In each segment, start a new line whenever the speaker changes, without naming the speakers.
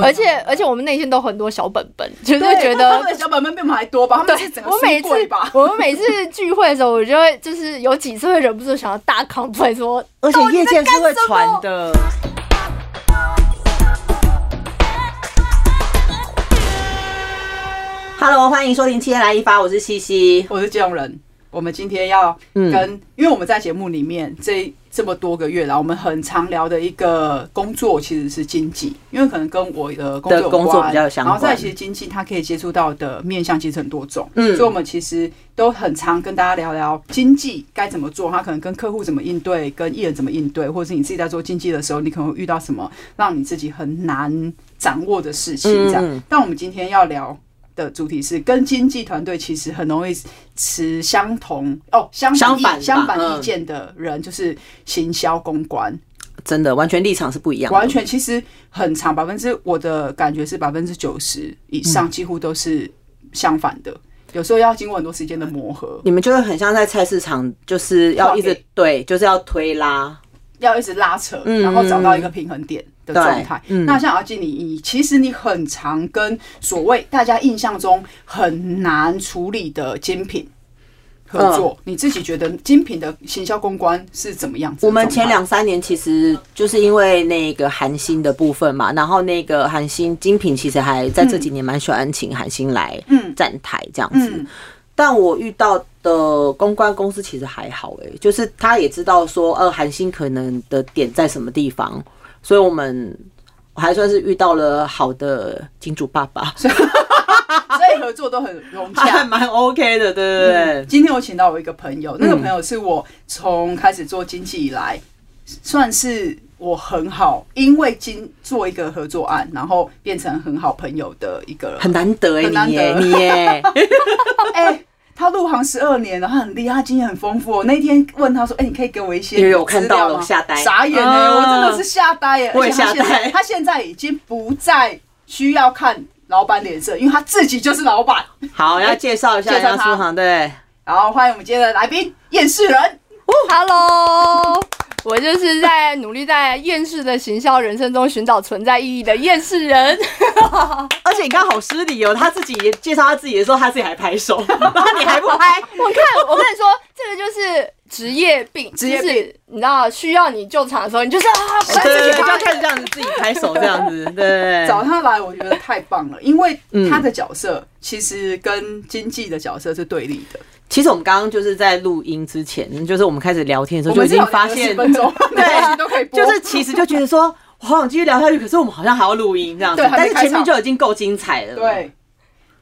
而且而且我们内心都很多小本本，就是
嗯对
觉
他
得
们的小本本比我们还多吧？他们是整个
我每
书
次？
柜吧
我们每次聚会的时候，我就会就是有几次会忍不住想要大 complain 说，
而且夜间是会传的。Hello，欢迎收听《七天来一发》，我是西 西。
我是这种人。我们今天要
嗯
跟，因为我们在节目里面这这么多个月来，我们很常聊的一个工作其实是经济，因为可能跟我的工作有
的工作
关
比较有相
然后再
关
其实经济它可以接触到的面向其实很多种，
嗯
所以我们其实都很常跟大家聊聊经济该怎么做，它可能跟客户怎么应对，跟艺人怎么应对，或者是你自己在做经济的时候，你可能会遇到什么让你自己很难掌握的事情，这样。
嗯
但我们今天要聊的主题是跟经济团队其实很容易持相同哦相
相
反
反
意
吧
相反
嗯
意见的人，就是行销公关，
真的，完全立场是不一样的。
完全其实很长百分之我的感觉是百分之九十以
嗯
上几乎都是相反的，有时候要经过很多时间的磨合，
你们就会很像在菜市场，就是要一
跳
直
给
对，就是要推拉。
要一直拉扯，
嗯
然后找到一个平衡点的状态。
对嗯
那像阿静，你你其实你很常跟所谓大家印象中很难处理的精品合
嗯
作，你自己觉得精品的行销公关是怎么样子的
我
状态？
们前两三年其实就是因为那个韩星的部分嘛，然后那个韩星精品其实还在这几年蛮喜欢请韩星来
嗯
站台这样子。
嗯
但我遇到的公关公司其实还好诶、就是他也知道说，呃，韩星可能的点在什么地方，所以我们我还算是遇到了好的金主爸 爸，
所以合作都很融洽，
还蛮 OK 的，对对对。
今天我请到我一个朋
嗯
友，那个朋友是我从开始做经济以来，算是我很好，因为经做一个合作案，然后变成很好朋友的一个人。
很难得哎、
很难
你耶、
得
你 耶、
哎、他入行十二年了，他很厉害，他经验很丰富、哦。那天问他说：“哎、你可以给我一些
有有
你的资
看到
料
了
吗
吓呆
傻眼哎、
啊
我真的是吓呆耶、
我
而
也
且他现
吓
在
呆
他现在已经不再需要看老板脸色，因为他自己就是老板。
好，要介绍一下
介绍
杨
他
书航，对，
然后欢迎我们今天的来宾厌世人。
Hello，我就是在努力在厌世的行销人生中寻找存在意义的厌世 人。
而且你刚好失礼哦，他自己介绍他自己的时候，他自己还 拍手，然后你还不拍，
我看，我跟你说，这个就是职业病，
职业
就是
病
你知道需要你救场的时候，你就是啊，我要
对
自己
对对，就
拍
要开始这样子自己拍手这 样子，对对
找
对，
他来，我觉得太棒了，因为
嗯
他的角色其实跟经济的角色是对立的。
其实我们刚刚就是在录音之前，就是我们开始聊天的时
我们
候，就已
至
经
少
发
聊了10
现，
分 钟，
对
每一集都可以播，
就是其实就觉得说，我好想继续聊下去，可是我们好像还要录音这样子
对，还没
但是
开
前
场
面就已经够精彩了，
对。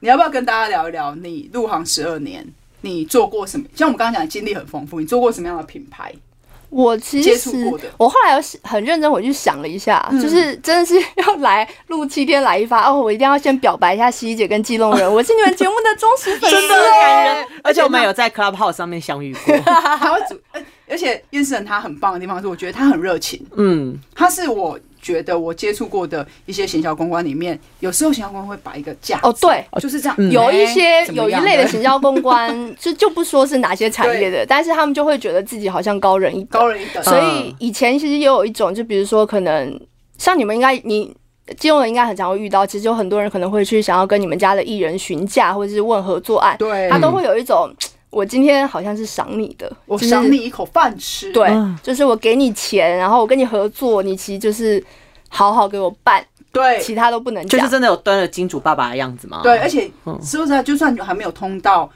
你要不要跟大家聊一聊你入行十二年？你做过什么？像我们刚刚讲，经历很丰富。你做过什么样的品 牌？
我其
接触
实
过的嗯
我后来有很认真回去想了一下，就是真的是 要来录七天来一发哦，我一定要先表白一下西西姐跟基隆人，我是你们节目的忠实粉 丝，哦
真的很感人，而且我们有在 Clubhouse 上面相遇过，
啊
他会主，而而且燕世人他很棒的地方是，我觉得他很热情。
嗯，
他是我觉得我接触过的一些行销公关里面，有时候行销公关会摆一个架子
哦对
就是这样。
嗯
有一
哎
些
怎么
有一
样
类的行销公 关，就就不说是哪些产业的，但是他们就会觉得自己好像高人一等，
高人一等，
所以以前其实也有一种，就比如说可能像你们应该你。金融人应该很常会遇到，其实有很多人可能会去想要跟你们家的艺人询价，或者是问合作案，
对，
他都会有一种，我今天好像是赏你的，
嗯我
就是
赏你一口饭吃。
对
嗯，
就是我给你钱，然后我跟你合作，你其实就是好好给我办，
对
其他都不能
就是
讲。
真的有端了金主爸爸的样子吗？
对，而且
嗯
说实在，就算你还没有通到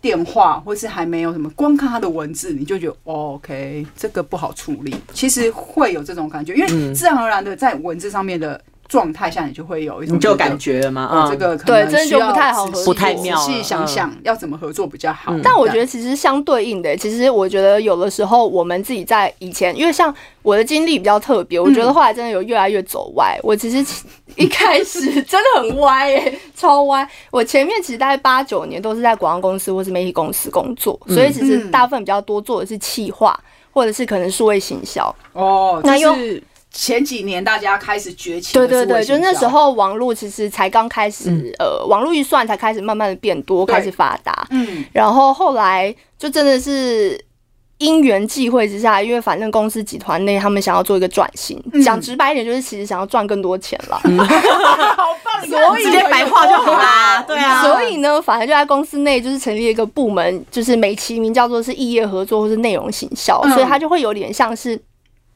电话，或是还没有什么，光看他的文字，你就觉得、哦、OK，这个不好处理。其实会有这种感觉，因
嗯
为自然而然的在文字上面的状态下，你就会有一种
你就有
觉得
感觉了吗？
哦
啊，
这个可能
对真的
需要
就不太好合
仔细
作
不太妙了嗯
仔细想想要怎么合作比较好。
但我觉得其实相对应的，其实我觉得有的时候我们自己在以前，因为像我的经历比较特别，我
嗯
觉得后来真的有越来越走歪。我其 实一开始真的很歪耶、超歪。我前面其实大概八九年都是在广告公司或是媒体公司工作，所
嗯
以其实大部分比较多做的是企划，或者是可能数位行销。
哦，
那
就
又
是前几年大家开始崛起，
对对对，就那时。候网络其实才刚开始，呃，网络预算才开始慢慢的变多，
嗯 对
开始发达。
嗯，
然后后来就真的是因缘际会之下，因为反正公司集团内他们想要做一个转型，
嗯
讲直白一点就是其实想要赚更多钱啦。
啊好棒，
所以
直接白话就好啦，对啊，
所以呢，反正就在公司内就是成立一个部门，就是美其名叫做是异业合作或是内容行销，
嗯
所以它就会有点像是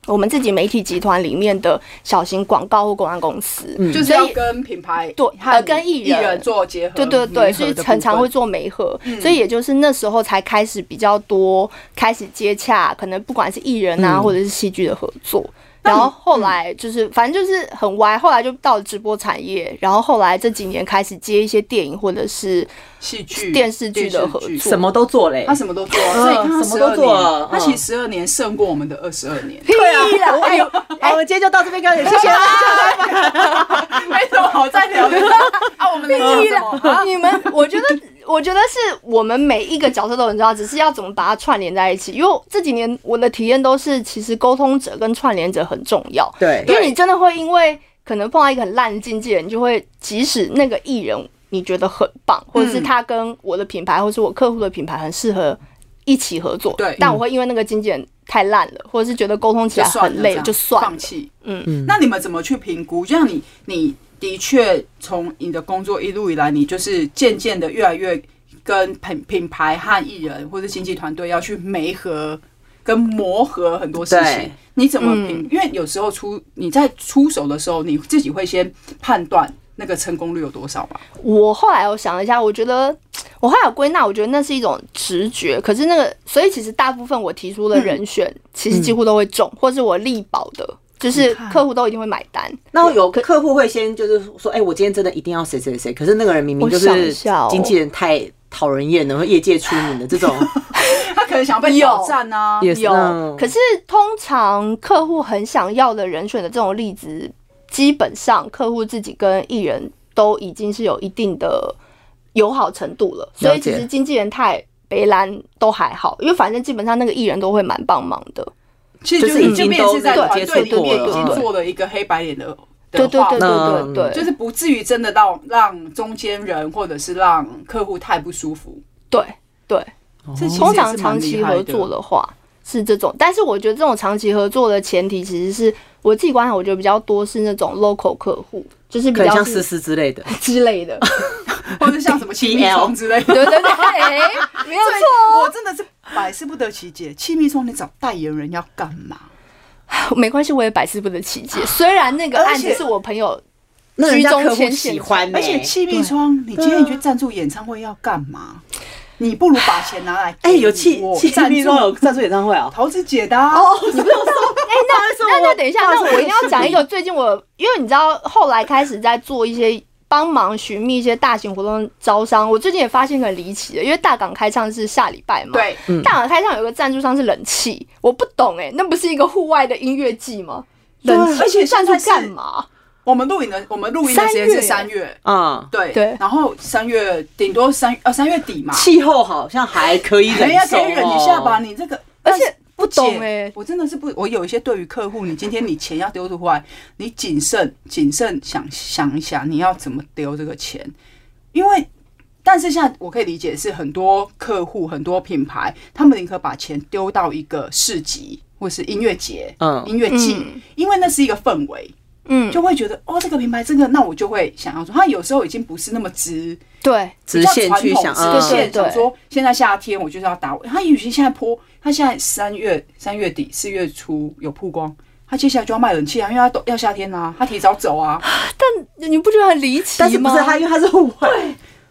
我们自己媒体集团里面的小型广告或公关公司。
嗯
就是要跟品牌
对
和
呃跟艺
艺
人
人做结合，嗯
对对对，
弥合
所以
的部
很常
分嗯
会做媒合，所以也就是那时候才开始比较多开始接洽，可能不管是艺人啊，
嗯
或者是戏剧的合作。然后
嗯
后来就是，反正就是很歪。后来就到了直播产业，然后后来这几年开始接一些电影或者 是
戏剧、
电视剧的合
电视剧
作，
什么都做嘞
他。什么都做啊，
嗯
所以你看他
什么都
12
做
年
啊
他
嗯
其实十二年胜过我们的二十二年
屁啦，哎呦，
好，我们今天就到这边，跟你谢谢啦。
没什么好再聊的 啊。我们的
屁
嗯
啦，你们，我觉得，我觉得是我们每一个角色都很重要，只是要怎么把它串联在一起。因为这几年我的体验都是，其实沟通者跟串联者很重要。
对
因为你真的会因为可能碰到一个很烂的经纪人，你就会即使那个艺人你觉得很棒，
嗯
或者是他跟我的品牌或是我客户的品牌很适合一起合作，
对
但我会因为那个经纪人太烂了，或者是觉得沟通起
就
来
算
很
了，这
累，
样
就算了
放。弃。
嗯
嗯，那你们怎么去评估？就像你，你的确从你的工作一路以来，你就是渐渐的越来越跟品品牌和艺人或者经纪团队要去媒合。跟磨合很多事情
对，
你怎
嗯
么评？因为有时候出你在出手的时候，你自己会先判断那个成功率有多少吧？
我后来我想了一下，我觉得我后来有归纳，我觉得那是一种直觉。可是那个，所以其实大部分我提出的人选，
嗯
其实几乎都会中，或是我力保的，就是客户都一定会买单。
那有客户会先就是说，哎、我今天真的一定要谁谁谁，可是那个人明明就
我想一
是
下哦
经纪人太讨人厌了，或业界出名的 这种，
他可能想要被挑战啊，
也
有，可是通常客户很想要的人选的这种例子，基本上客户自己跟艺人都已经是有一定的友好程度了，所以其
了
实
解
经纪人太北兰都还好，因为反正基本上那个艺人都会蛮帮忙的。
其实
就是已
就
经
变
都
成是在
有
团
接
队
触
里面
过
已
了
经
嗯
做了一个黑白脸的
对
的
对
话
对对
嗯
对
就
对
是不至于真的到让中间人或者是让客户太不舒服。
对对。
哦
这其实
通
也
常
是
长
蛮厉
期
害
合作的话是这种，但是我觉得这种长期合作的前提其实是我自己观察，我觉得比较多是那种 local 客户，就是比
可能
较
像
是
思思之类的，
之类的。
或者像什么亲密窗之类的。
对对对，哎没有错
我真的是百思不得其解，亲密窗你找代言人要干嘛？
哦，没关系，我也百思不得其解。虽然那个
而
案子
且
是我朋友，
那人家
居中
客户
牵
喜
线
欢呢、
而且气密窗，你今天你去赞助演唱会要干嘛？你不如把钱拿来给
哎、
我
有气气
赞
密
助
说有赞助演唱会哦、
桃子姐的哦，
哎， 那那那等一下，那我一定要讲一个最近我，因为你知道后来开始在做一些。帮忙寻觅一些大型活动招商，我最近也发现一个很离奇的，因为大港开唱是下礼拜嘛，
对，
大港开唱有个赞助商是冷气，我不懂哎、那不是一个户外的音乐季吗？
对
冷
而
气
且
赞
现
助
在
干
是
嘛？
我们录影的我们录音的时间是
三
三月，
啊
嗯，
对
对
然后三月顶多三呃三月底嘛，
气候好像还可以
哎
人
忍
家
受、
可
哦，
以忍一下吧，你这个，
而且
不
懂
解
欸
我真的是不，我有一些对于客户，你今天你钱要丢出来，你谨慎谨慎想想一下，你要怎么丢这个钱，因为。但是现在我可以理解，是很多客户、很多品牌，他们宁可把钱丢到一个市集或是音乐节、
嗯
音乐季，因为那是一个氛围，
嗯，
就会觉得哦，这个品牌这个，那我就会想要做。他有时候已经不是那么直
对，
直线去想，嗯
直
对
线
嗯对
想说现在夏天我就是要打我，他与其现在泼，他现在三月三月底四月初有曝光，他接下来就要卖冷气啊，因为他都要夏天啊，他提早走啊，
你不觉得很离奇吗？
但是不是他，因为他是户外，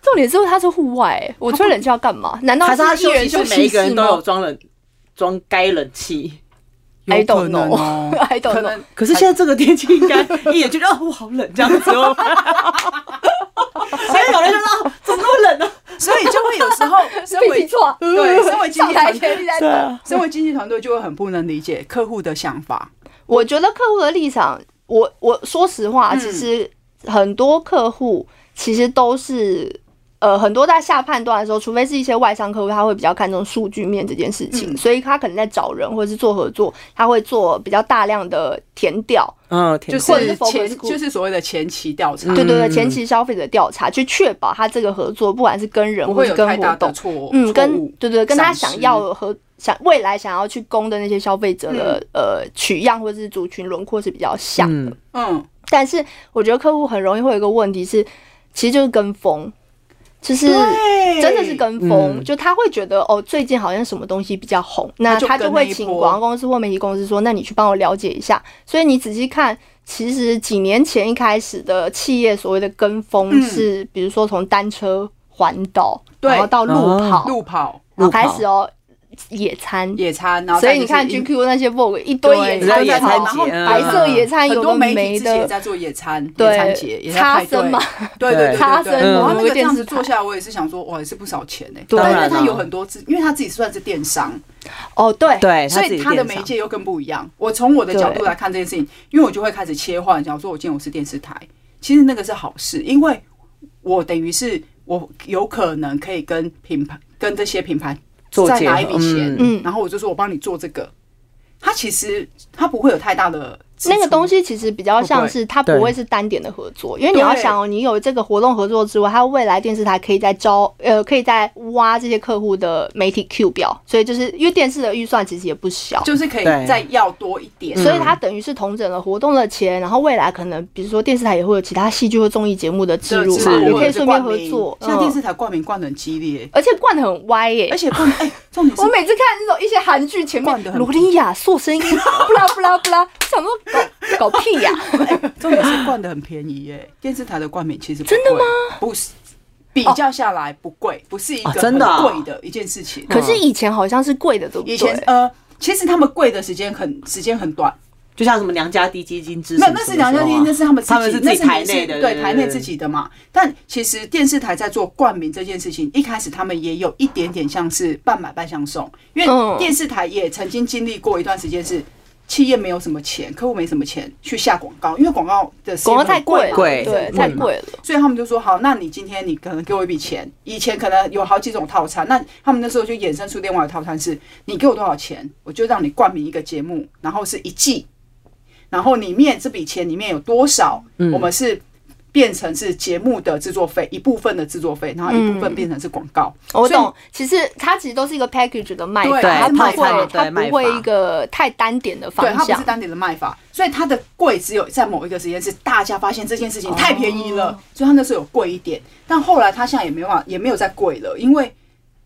重点是他是户外、欸，我吹冷气要干嘛？难道
还是他
一
休
人
息
休
室
息
每一个人
室
都
吗
有装冷装该冷气？
I
有
don't
可能哦
know，I don't
可
know
能
可是现在这个天气应该一眼觉得哦，我好冷这样子 哦。所以有人就说哦怎么那么冷呢、
所以就会有 时候身
被
为
错，
对身为经
上
纪
台
团队，
前你在
啊
懂。
身为经纪团队就会很不能理解客户的想法，
我觉得客户的立场，我我说实话，
嗯
其实很多客户其实都是呃，很多在下判断的时候，除非是一些外商客户，他会比较看重数据面这件事情，
嗯
所以他可能在找人或者是做合作，他会做比较大量的填调，
嗯，挺
就
或者
是
是 focus
前
group
就是所谓的前期调查，
对对对，
嗯
前期消费者调查，去确保他这个合作，不管是跟人
不
或
会
是
有
跟
太
活
大的
动，
错
嗯，
错
跟
误
对对，跟他
丧
想
失
要和想未来想要去攻的那些消费者的、呃取样或者是族群轮廓是比较像的。
嗯，
嗯，
但是我觉得客户很容易会有一个问题是，其实就是跟风，就是
对
真的是跟风，
嗯
就他会觉得哦，最近好像什么东西比较红，那
就
他就
跟
会
那一
请
波
广告公司或媒体公司说，那你去帮我了解一下。所以你仔细看，其实几年前一开始的企业所谓的跟风
嗯
是，比如说从单车环岛，
对
然后到路
哦
跑，
路跑、
然后
路跑
开始哦野餐。
野餐，然后
所以
再
你
就是
看
饮
GQ 那些 Vogue 一堆野
对
餐
野餐
潮
节嗯
白色野餐
很
有
多
的
媒
没
体之前
的
也，在做野餐、野餐节、
对
野，餐
擦
派对
生嘛，，
对对对，
擦
对
生
对
某
哇
个
那个这
电
样
视
子做
台
下来，我也是想说，哇，也是不少钱呢。欸
对
但
当
因
然啊
为
了
他有很多自，因为他自己算是电商，
哦，对，
对，
所以
哎自己
他的
电
媒
商
介又更不一样。我从我的角度
对
来看这件事情，因为我就会开始切换，想说我今天我是电视台，其实那个是好事，因为我等于是我有可能可以跟品牌跟这些品牌
做
再
结
拿一
合
笔钱，
嗯
然后我就说我帮你做这个，它其实它不会有太大的支出
那个东西其实比较像是它不
对
会是单点的合作，因为你要想哦，你有这个活动合作之外，它未来电视台可以在招呃，可以在挖这些客户的媒体 Q 表，所以就是因为电视的预算其实也不小，
就是可以
对
再要多一点，
所以它等于是同整了活动的钱，然后未来可能比如说电视台也会有其他戏剧或综艺节目的植入
是
嘛，
是
也可
或
以
者是
顺便
冠
合
名
作。
现在电
嗯
视台冠名冠得很激烈，
而且灌的很歪耶、
而且冠名哎，重点是
我每次看那种一些韩剧，前
灌得
面
很
罗莉亚塑身衣， 不啦不啦不啦，我想说搞搞屁 呀、
重点是冠的很便宜耶、电视台的冠冕其实真的吗？不是，比较下来不贵，不是一个
哦真的啊
很贵的一件事情。
可是以前好像是贵的，对不对？
以前呃，其实他们贵的时间很时间很短，
就像什么娘家低基金之什
那
么
那是
什么
梁家
什么
厅，
啊
那是他们自己，
他们是自
那
己
是
台内的，
对台内自己的嘛。但其实电视台在做冠名这件事情，一开始他们也有一点点像是半买半相送，因
嗯
为电视台也曾经经历过一段时间是。企业没有什么钱，客户没什么钱去下广告，因为广告的
广告太
贵
贵
嘛
了，
贵
对，
嗯
太贵了。
所以他们就说好，那你今天你可能给我一笔钱，以前可能有好几种套餐，那他们那时候就衍生出另外的套餐是，你给我多少钱，我就让你冠名一个节目，然后是一季，然后里面这笔钱里面有多少，
嗯
我们是变成是节目的制作费一部分的制作费，然后一部分变成是广告，
嗯哦我
所以
懂，其实它其实都是一个 package 的卖法，
对
它
它是卖
不
法
会，它
对卖
不会
法
一个太单点的方
对，它不
向
是。单点的卖法，所以它的贵只有在某一个时间是大家发现这件事情太便宜了，
哦
所以它那时候有贵一点，但后来它现在也没办法，也没有再贵了，因为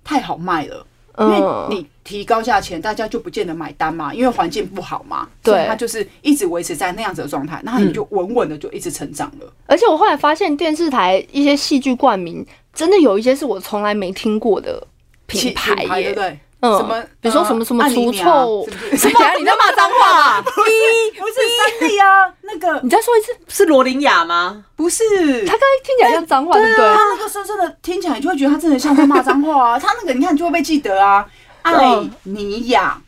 太好卖了，因为
嗯，
你提高价钱，大家就不见得买单嘛，因为环境不好嘛，
对
所以它就是一直维持在那样子的状态，然后你就稳稳的就一直成长了，
而且我后来发现电视台一些戏剧冠名，真的有一些是我从来没听过的
品
品牌
牌对不
耶。
对？
嗯
什么？
比如说
呃
什么什么
安妮
除
娘
臭
是不是
等 一下 你在骂脏话啊？
不是不是三 D 啊，那个
你再说一次，
是罗琳雅吗？
不是
他刚才听起来像脏话，对不对？
啊他那个酸酸的，听起来你就会觉得他真的像在骂脏话 啊。他那个你看就会被记得啊，艾尼亚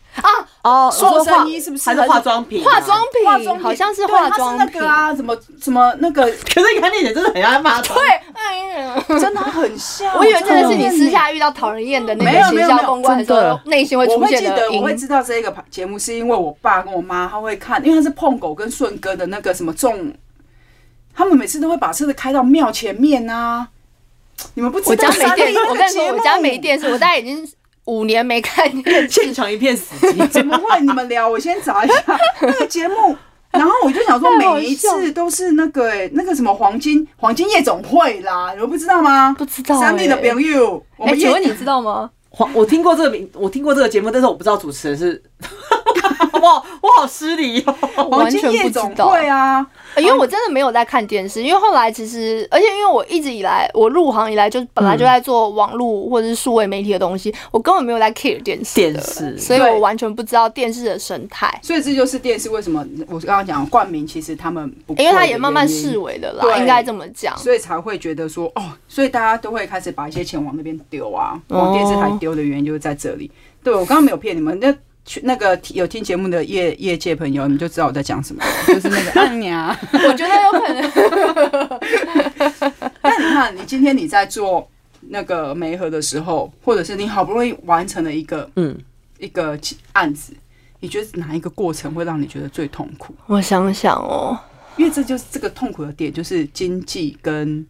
哦，
瘦
说化
身衣是不是
还是化妆品啊？
化妆
化妆
品
品
好像是
对
化
他
妆
那
品
个，啊，什么什么那 个，
可是看起来真的很像骂妆。
对，哎呀。
真的很像。
我以为真的是你私下遇到讨人厌的那
没有
个
没
行
有没
销
有
公关的时
真
候
的，
内心会
我
出
会
现
记
的
得，我会
音。
知道这个节目是因为我爸跟我妈，他会看，因为他是碰狗跟顺哥的那个什么重，他们每次都会把车子开到庙前面啊。你们不知道
我家没
三立
电视，
那
我
个
跟你说，
节
我家
目
没电视，我大概已经五年没看电视。
现场一片死寂，
怎么会？你们聊，我先找一下 那个节目。然后我就想说，
太好
每一次
笑
都是那个、欸、那个什么黄金黄金夜总会啦，你们不知道吗？
不知道
三立的
欸
朋友，我
哎，
们
请
也
问你知道吗？
黄，我听过这个名，我听过这个节目，但是我不知道主持人是， 哇，我好失礼哦。
我
黄
完
金
全不
夜
知
总
道，
会啊，
因为我真的没有在看电视。因为后来其实，而且因为我一直以来，我入行以来就本来
嗯
就在做网络或者是数位媒体的东西，我根本没有在 care 电视的
电视
所以
对
我完全不知道电视的生态。
所以这就是电视为什么我刚刚讲冠名，其实他们不贵
因为它也慢慢
的原因
式微的啦，
对
应该这么讲。
所以才会觉得说哦，所以大家都会开始把一些钱往那边丢啊，往电视台
哦
丢的原因就是在这里。对我刚刚没有骗你们，那去那个有听节目的业业界朋友，你们就知道我在讲什么，就 是那个按啊娘。
我觉得有可能，
那你看，你今天你在做那个媒合的时候，或者是你好不容易完成了一个
嗯，
一个案子，你觉得哪一个过程会让你觉得最痛苦？
我想想哦，
因为这就是这个痛苦的点，就是经济跟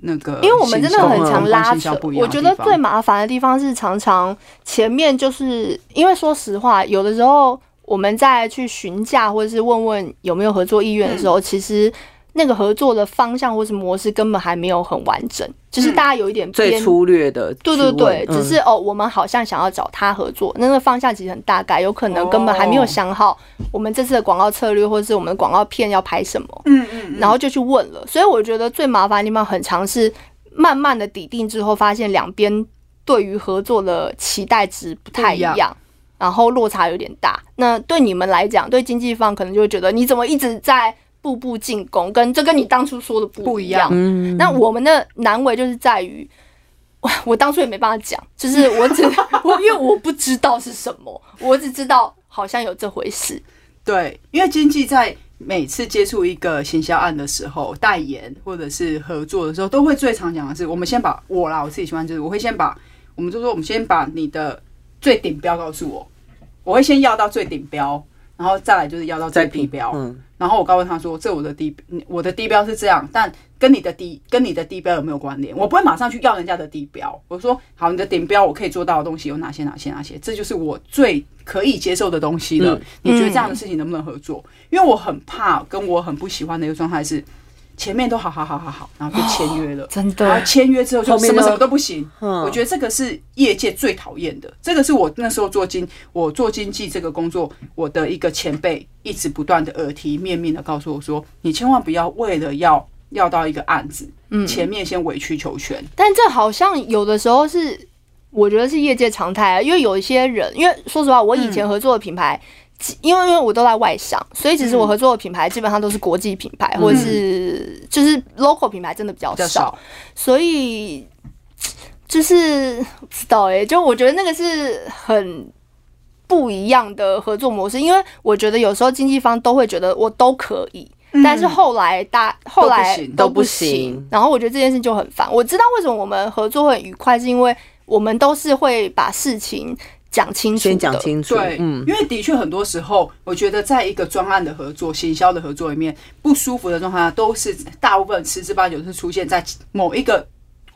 那个，嗯
因为我们
呃
真的很
啊
常拉扯。我觉得最
麻
麻烦的地方是，常常前面就是因为说实话，有的时候我们在去询价或者是问问有没有合作意愿
嗯
的时候，其实那个合作的方向或是模式根本还没有很完整，就是大家有一点
嗯最
边
粗略的去
对
问，
对对，
嗯
只是哦，我们好像想要找他合作，那个方向其实很大概，有可能根本还
哦
没有想好我们这次的广告策略，或是我们的广告片要拍什么，
嗯嗯嗯，
然后就去问了。所以我觉得最麻烦的地方，很常是慢慢的抵定之后，发现两边对于合作的期待值不太一
不一
样。然后落差有点大，那对你们来讲，对经济方可能就会觉得你怎么一直在步步进攻，跟这跟你当初说的
不
不
一
一
样
样。
嗯，
那我们的难为就是在于，我我当初也没办法讲，就是我只 我因为我不知道是什么，我只知道好像有这回事。
对，因为经济在每次接触一个行销案的时候，代言或者是合作的时候，都会最常讲的是，我们先把我啦，我自己喜欢就是，我会先把，我们就说我们先把你的最顶标告诉我，我会先要到最顶标，然后再来就是要到最
在
低标，
嗯，
然后我告诉他说，这我的低，我的低标是这样，但跟你的低跟你的低标有没有关联？我不会马上去要人家的低标，我说好，你的顶标我可以做到的东西有哪些哪些哪些，这就是我最可以接受的东西了。
嗯
你觉得这样的事情能不能合作？因为我很怕跟我很不喜欢的一个状态是，前面都好好好好好，然后就签约了。
真
然后
的，
签约之后就
后面
什么
就
什么都不行，
嗯
我觉得这个是业界最讨厌的，这个是我那时候做经我做经济这个工作，我的一个前辈一直不断的耳提面命的告诉我说，你千万不要为了要要到一个案子，
嗯
前面先委曲求全，
但这好像有的时候是，我觉得是业界常态啊，因为有一些人，因为说实话，我以前合作的品
嗯
牌。其因为因为我都在外商，所以其实我合作的品牌基本上都是国际品牌，或者是就是 local 品牌真的比较
嗯比较
少。
少。
所以就是不知道哎、就我觉得那个是很不一样的合作模式，因为我觉得有时候经纪方都会觉得我都可以。但是后来大后来
嗯都不行
都不
不
行
然后我觉得这件事就很烦。我知道为什么我们合作会很愉快，是因为我们都是会把事情讲清楚的。
先讲清楚，
对，
嗯，
因为的确很多时候，我觉得在一个专案的合作、行销的合作里面，不舒服的状态都是大部分十之八九是出现在某一个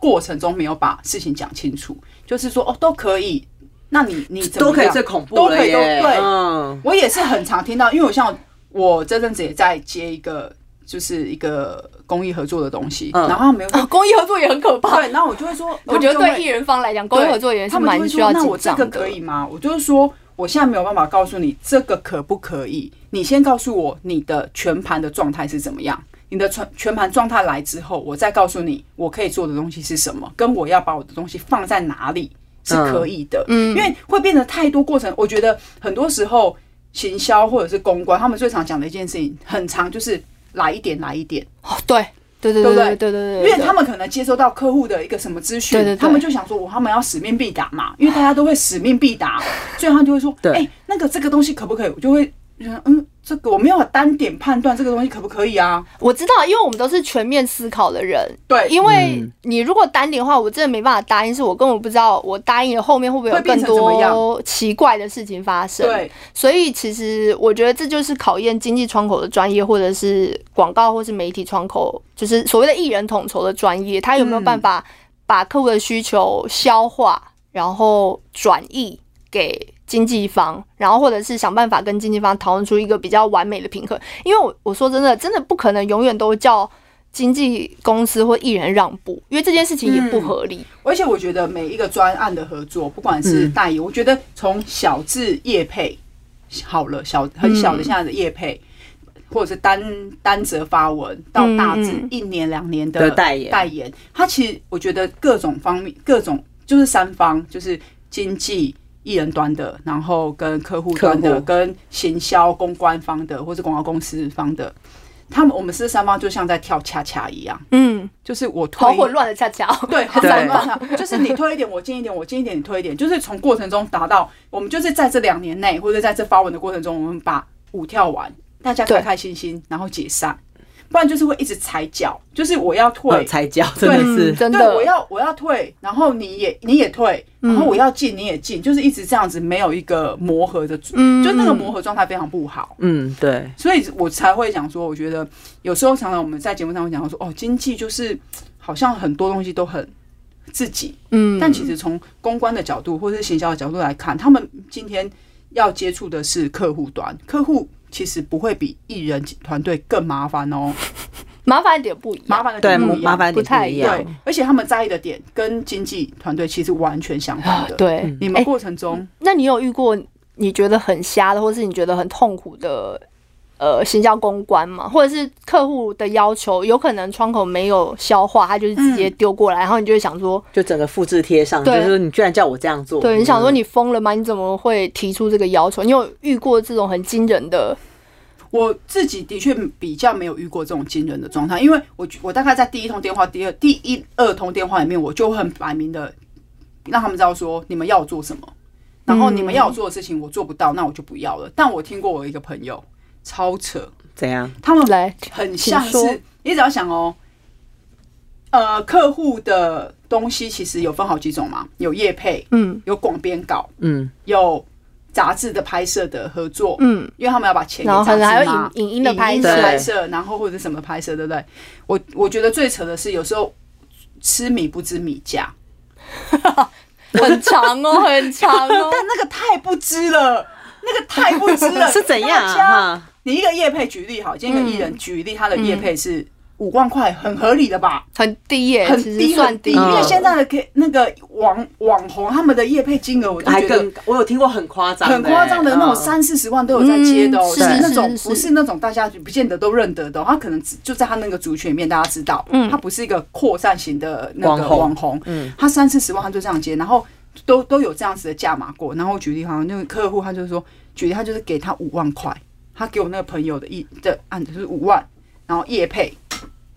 过程中没有把事情讲清楚，就是说哦都可以，那你你怎么
都可以
样
最恐怖
都
了
可以都
耶，
对，
嗯，
我也是很常听到，因为我像我这阵子也在接一个就是一个公益合作的东西，
嗯
然后他们有
啊，公益合作也很可怕。
对，然后我就会说，
我觉得
他们就会
对艺人方来讲，公益合作也是
他们就
蛮
会
需
说
要
那我
紧张
这个
的。
可以吗？我就是说，我现在没有办法告诉你这个可不可以，你先告诉我你的全盘的状态是怎么样。你的全全盘状态来之后，我再告诉你我可以做的东西是什么，跟我要把我的东西放在哪里是可以的。
嗯
因为会变得太多过程，我觉得很多时候行销或者是公关，他们最常讲的一件事情，很长就是来一点，来一点。
哦，对对对
对
对
不对
对对对，
因为他们可能接收到客户的一个什么资讯，
对对对
他们就想说，我他们要使命必达嘛，因为大家都会使命必 达，所以他们就会说，
对
哎、那个这个东西可不可以？我就会，嗯，这个我没有单点判断这个东西可不可以啊？
我知道，因为我们都是全面思考的人。
对，
因为
嗯
你如果单点的话，我真的没办法答应，是我根本不知道我答应了后面会不会有
会变
更
成怎么
多
样
奇怪的事情发生。，
对，
所以其实我觉得这就是考验经济窗口的专业，或者是广告或是媒体窗口，就是所谓的艺人统筹的专业，他有没有
嗯
办法把客户的需求消化，然后转译给经纪方，然后或者是想办法跟经纪方讨论出一个比较完美的平衡。因为我我说真的，真的不可能永远都叫。经纪公司或艺人让步，因为这件事情也不合理。
而且我觉得每一个专案的合作，不管是
嗯
代言，我觉得从小至业配好了，小很
嗯
小的现在的业配，或者是单单则发文，到大致
嗯嗯
一年两年
的
的
代言
代言，它其实我觉得各种方面，各种就是三方，就是经济。艺人端的，然后跟客户端
客
的，
户
跟行销公关方的，或是广告公司方的，他们我们是三方，就像在跳恰恰一样，
嗯，
就是我推
好混乱的恰恰哦。
对，很
对
散漫，啊就是你推一点，我进一点，我进一点，你推一点，就是从过程中达到，我们就是在这两年内，或者在这发文的过程中，我们把舞跳完，大家开开心心，然后解散。不然就是会一直踩脚，就是我要退
呃，踩脚真的嗯是
嗯，真
对，我
的，
要我要退，然后你也你也退，然后我要进你也进，就是一直这样子，没有一个磨合的，
嗯
就那个磨合状态非常不好。
嗯，对，
所以我才会讲说，我觉得有时候常常我们在节目上会讲到说，哦，经济就是好像很多东西都很自己，
嗯，
但其实从公关的角度或是行销的角度来看，他们今天要接触的是客户端，客户其实不会比艺人团队更麻烦哦，
麻烦点不一样，
麻烦的
对
地方
麻
不一样
麻烦
不
点
太
一
一
样
对，，而且他们在意的点跟经济团队其实完全相反
啊
的。
啊
嗯
对，
你
哎
们过程中，
那你有遇过你觉得很瞎的，或是你觉得很痛苦的呃行销公关吗？或者是客户的要求，有可能窗口没有消化，他就是直接
嗯
丢过来，然后你就会想说，
哦
就整个复制贴上，就
对
是说你居然叫我这样做，
对，你想说
嗯
你疯了吗？你怎么会提出这个要求？你有遇过这种很惊人的？
我自己的确比较没有遇过这种惊人的状态，因为我我大概在第一通电话、第二、第一二通电话里面，我就很摆明的让他们知道说你们要我做什么，然后你们要我做的事情我做不到，那我就不要
嗯
了。但我听过我一个朋友超扯，
怎样？
他们
来，
很像
请说
是，你只要想哦，呃，客户的东西其实有分好几种嘛，有业配，
嗯
有广编稿，
嗯，
有杂志的拍摄的合作，
嗯，
因为他们要把钱给
然后可能
杂志
还有
嘛
影影音的拍
影音
摄
拍摄，然后或者什么拍摄，对不对？我我觉得最扯的是有时候吃米不知米价，
很长哦， 很长哦，
但那个太不知了。那个太不知 了，
是怎样
大家
啊？哈
你一个业配举例好，今天一个艺人举例，他的业配是五万块，很合理的吧？
很低耶、嗯
很
其
低
实算
很低，
低
因为
嗯
现在的 K 那个网网红他们的业配金额，我就
还
觉得
更，我有听过很夸张的欸，
很夸张的那种
嗯
三四十万都有在接的、哦，
嗯
就是
是
那种
是是
不是那种大家不见得都认得的哦、他可能只就在他那个族群里面大家知道，嗯，他不是一个扩散型的那个
网红
网红，
嗯
他三四十万他就这样接，然后都都有这样子的价码过，然后举例好像那个客户他就说，举例他就是给他五万块，他给我那个朋友的一的案子就是五万，然后业配。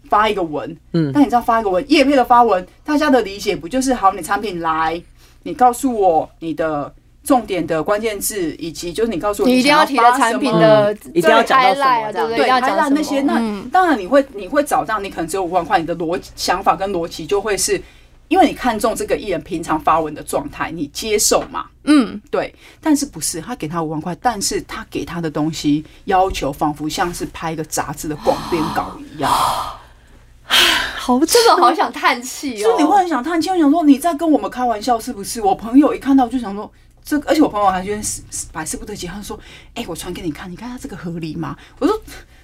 发一个文，
嗯
但你知道发一个文，业配的发文，大家的理解不就是好？你产品来，你告诉我你的重点的关键字，以及就是你告诉我
你一定
想
要
要
提的
发
产
什
品
么
的
嗯一定要讲到什么
highlight 啊，
这
对
样
不对？一
对，
定要
还
讲
烂
什么
那些，那、
嗯
当然你会你会找到，你可能只有五万块，你的逻辑想法跟逻辑就会是，因为你看中这个艺人平常发文的状态，你接受嘛？
嗯，
对，但是不是他给他五万块，但是他给他的东西要求仿佛像是拍一个杂志的广
哦
编稿一样，
好
这种好想叹气哦，
就你会很想叹气，我想说你在跟我们开玩笑是不是？我朋友一看到就想说。这个，而且我朋友还觉得是是百思不得其解，他就说：“哎、我传给你看，你看他这个合理吗？”我说：“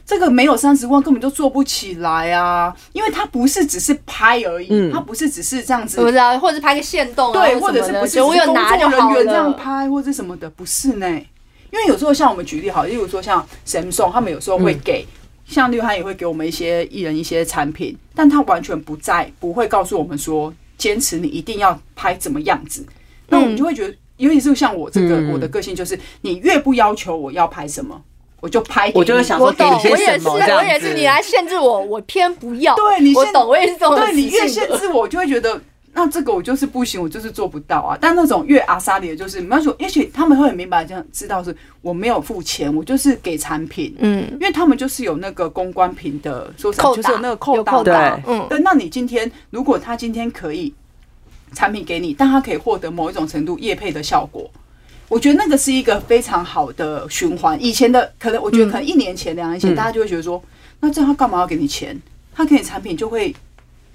这个没有三十万根本就做不起来啊，因为他不是只是拍而已，
嗯
他不是只是这样子
我不知道，或者是拍个线动啊，
对，
或
或
者
者是不是只
我有
工
拿就
作人
好
员这样
了。
拍或者什么的，不是呢？因为有时候像我们举例好，例如说像 Samsung，他们有时候
嗯
会给，像绿汉也会给我们一些艺人一些产品，但他完全不在，不会告诉我们说坚持你一定要拍怎么样子，那我们
嗯
就会觉得，尤其是像我这个、
嗯
我的个性就是，你越不要求我要拍什么，我就拍给
我就会
你
想
我
说
懂，
给
我
你些
也
什
是，
么
我
这
也
样
是，
子
你来限制我，我偏不要。
对你
我
限
懂，我也是这种
对
习
你
性
越限
的
制我，就会觉得那这个我就是不行，我就是做不到啊。但那种越阿莎里的，就是没有说，也许他们会很明白，这样知道是我没有付钱，我就是给产品，
嗯，
因为他们就是有那个公关品的，说什么
扣
就是有那个扣
打有扣
打
打
嘛，
嗯
对，那你今天如果他今天可以产品给你，但他可以获得某一种程度业配的效果。我觉得那个是一个非常好的循环。以前的可能，我觉
嗯
得可能一年前、两年前，
嗯
大家就会觉得说，那这样他干嘛要给你钱？他给你产品就会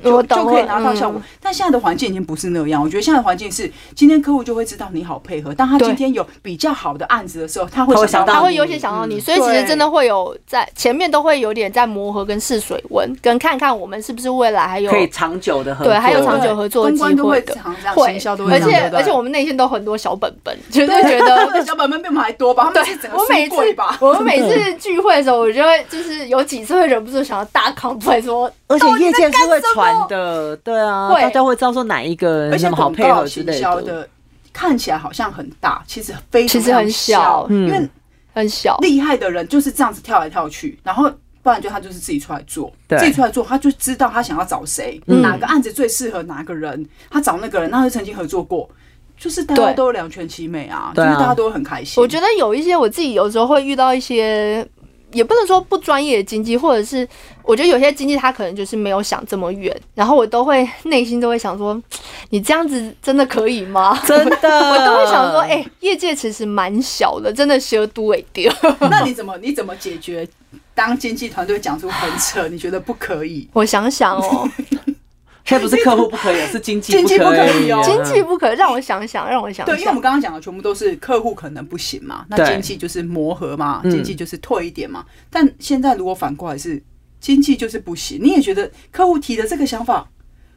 就
我懂，
就可以拿到效果
嗯。。
但现在的环境已经不是那样，我觉得现在的环境是，今天客户就会知道你好配合。当他
对
今天有比较好的案子的时候，他
他
会
会
想
想
他
到
到
会优先想到你，
嗯
所以其实
对
真的会有在前面都会有点在磨合跟试水温，跟看看我们是不是未来还有
可以长久的合作，
哦对还有长久
对
合作的
公
机
关都
会
会
的
常这样，
会
行销都，会
而
这样
且
对不对
而且我们内心都很多小本本，就是
对
觉
他们
得
的小本本比我们还多吧？他们是整个
我每
书柜
次
吧？
我们每次聚会的时候，我就会就是有几次会忍不住想要大 complain 说，
而且业界
到底在
是会
干什么
传的，对啊，
会
大家会知道说哪一个
而
人
且
那么好
广
配合
告
之
行
类
销
的。
的。看起来好像很大，其实非常
其实很小
小，因为
嗯
很小，
厉害的人就是这样子跳来跳去，然后不然就他就是自己出来做，
对
自己出来做，他就知道他想要找谁，
嗯
哪个案子最适合哪个人，他找那个人，那他就曾经合作过，就是大家
对
都两全其美啊，就
对啊
是大家都会很开心。
我觉得有一些我自己有时候会遇到一些也不能说不专业的经济，或者是我觉得有些经济他可能就是没有想这么远，然后我都会内心都会想说，你这样子真的可以吗？
真的，
我都会想说，哎、业界其实蛮小的，真的修都为丢。
那你怎么你怎么解决？当经纪团队讲出很 扯，你觉得不可以？
我想想哦，
现在不是客户不可以，是经济
经济不可以
以
哦
啊，
经济不可，让我想想，让我想
对，因为我
想
们。刚刚讲的全部都是客户可能不行嘛，那
对
经济就是磨合嘛，
嗯
经济就是退一点嘛。但现在如果反过来是经济就是不行，你也觉得客户提的这个想法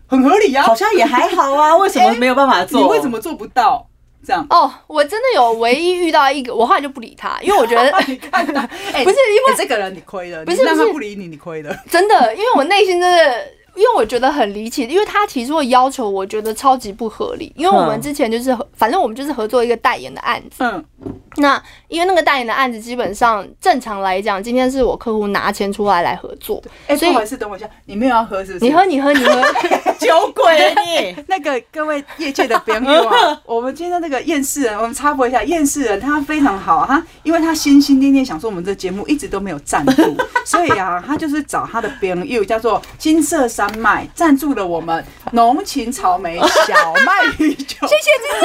很合理呀、
好像也还好啊，为什么没有办法
哎你
做？
为什么做不到？ 这样，
哦，我真的有唯一遇到一个，我后来就不理他，因为我觉得
你看他， 哎
不是因为
哎这个人你亏了，
不是
你让
不
他
是
不理你，你亏了。
真的，因为我内心真的，因为我觉得很离奇，因为他提出的要求，我觉得超级不合理。因为我们
嗯
之前就是合，反正我们就是合作一个代言的案子。
嗯，
那因为那个代言的案子，基本上正常来讲，今天是我客户拿钱出来来合作，
哎、
所以
不好意思，等我一下，你没有要喝是不是？
你喝，你喝， 你喝。
酒鬼。
对
那个各位业界的朋友 啊，我们今天那个厌世人，我们插播一下，厌世人他非常好啊，他因为他心心念念想说我们这节目一直都没有赞 助，所以啊，他就是找他的朋友叫做金色山脉赞助了我们浓情草莓小麦啤酒， 谢谢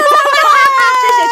金色山脉，谢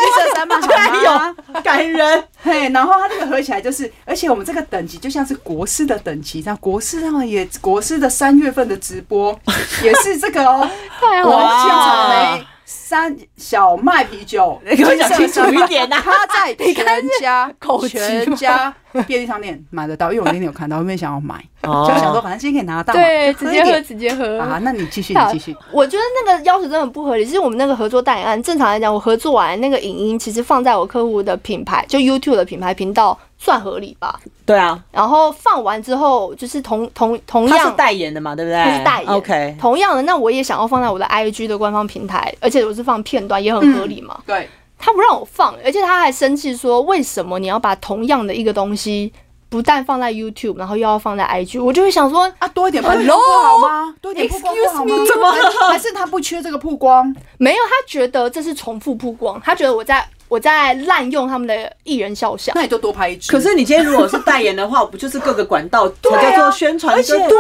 谢金色山脉，好吗？
有哎感人，
嘿，然后它这个合起来就是，而且我们这个等级就像是国师的等级，那国师他们也国师的三月份的直播也是这个哦，
太好了
我们
哇
现场没三小麦啤酒，
你给我讲清楚一点 呐
他在全家
口吃吗
全家便利商店买得到，因为我那天有看到，我没有想要买，
哦
就想说反正今天可以拿得到嘛，
对，
就
直
喝
接
一
喝，
点
直接喝。
啊。那你继续，你
好
继续，
我觉得那个要求真的很不合理。其实我们那个合作代言案，正常来讲，我合作完那个影音，其实放在我客户的品牌，就 YouTube 的品牌频道，算合理吧。
对啊，
然后放完之后，就是同同同
他是
样。
代言的嘛，对不对？
他是代言
OK，
同样的，那我也想要放在我的 IG 的官方平台，而且我是放片段，也很合理嘛。
嗯
对，
他不让我放，而且他还生气说，为什么你要把同样的一个东西，不但放在 YouTube，然后又要放在 IG？我就会想说，
啊，多一点曝光不好吗？多一点曝光不好吗
Excuse？me
怎么了？还是他不缺这个曝光？
没有，他觉得这是重复曝光，他觉得我在我在滥用他们的艺人肖像。
那你就多拍一支。
可是你今天如果是代言的话，不就是各个管道
啊
才叫做宣传？
而且
跟
对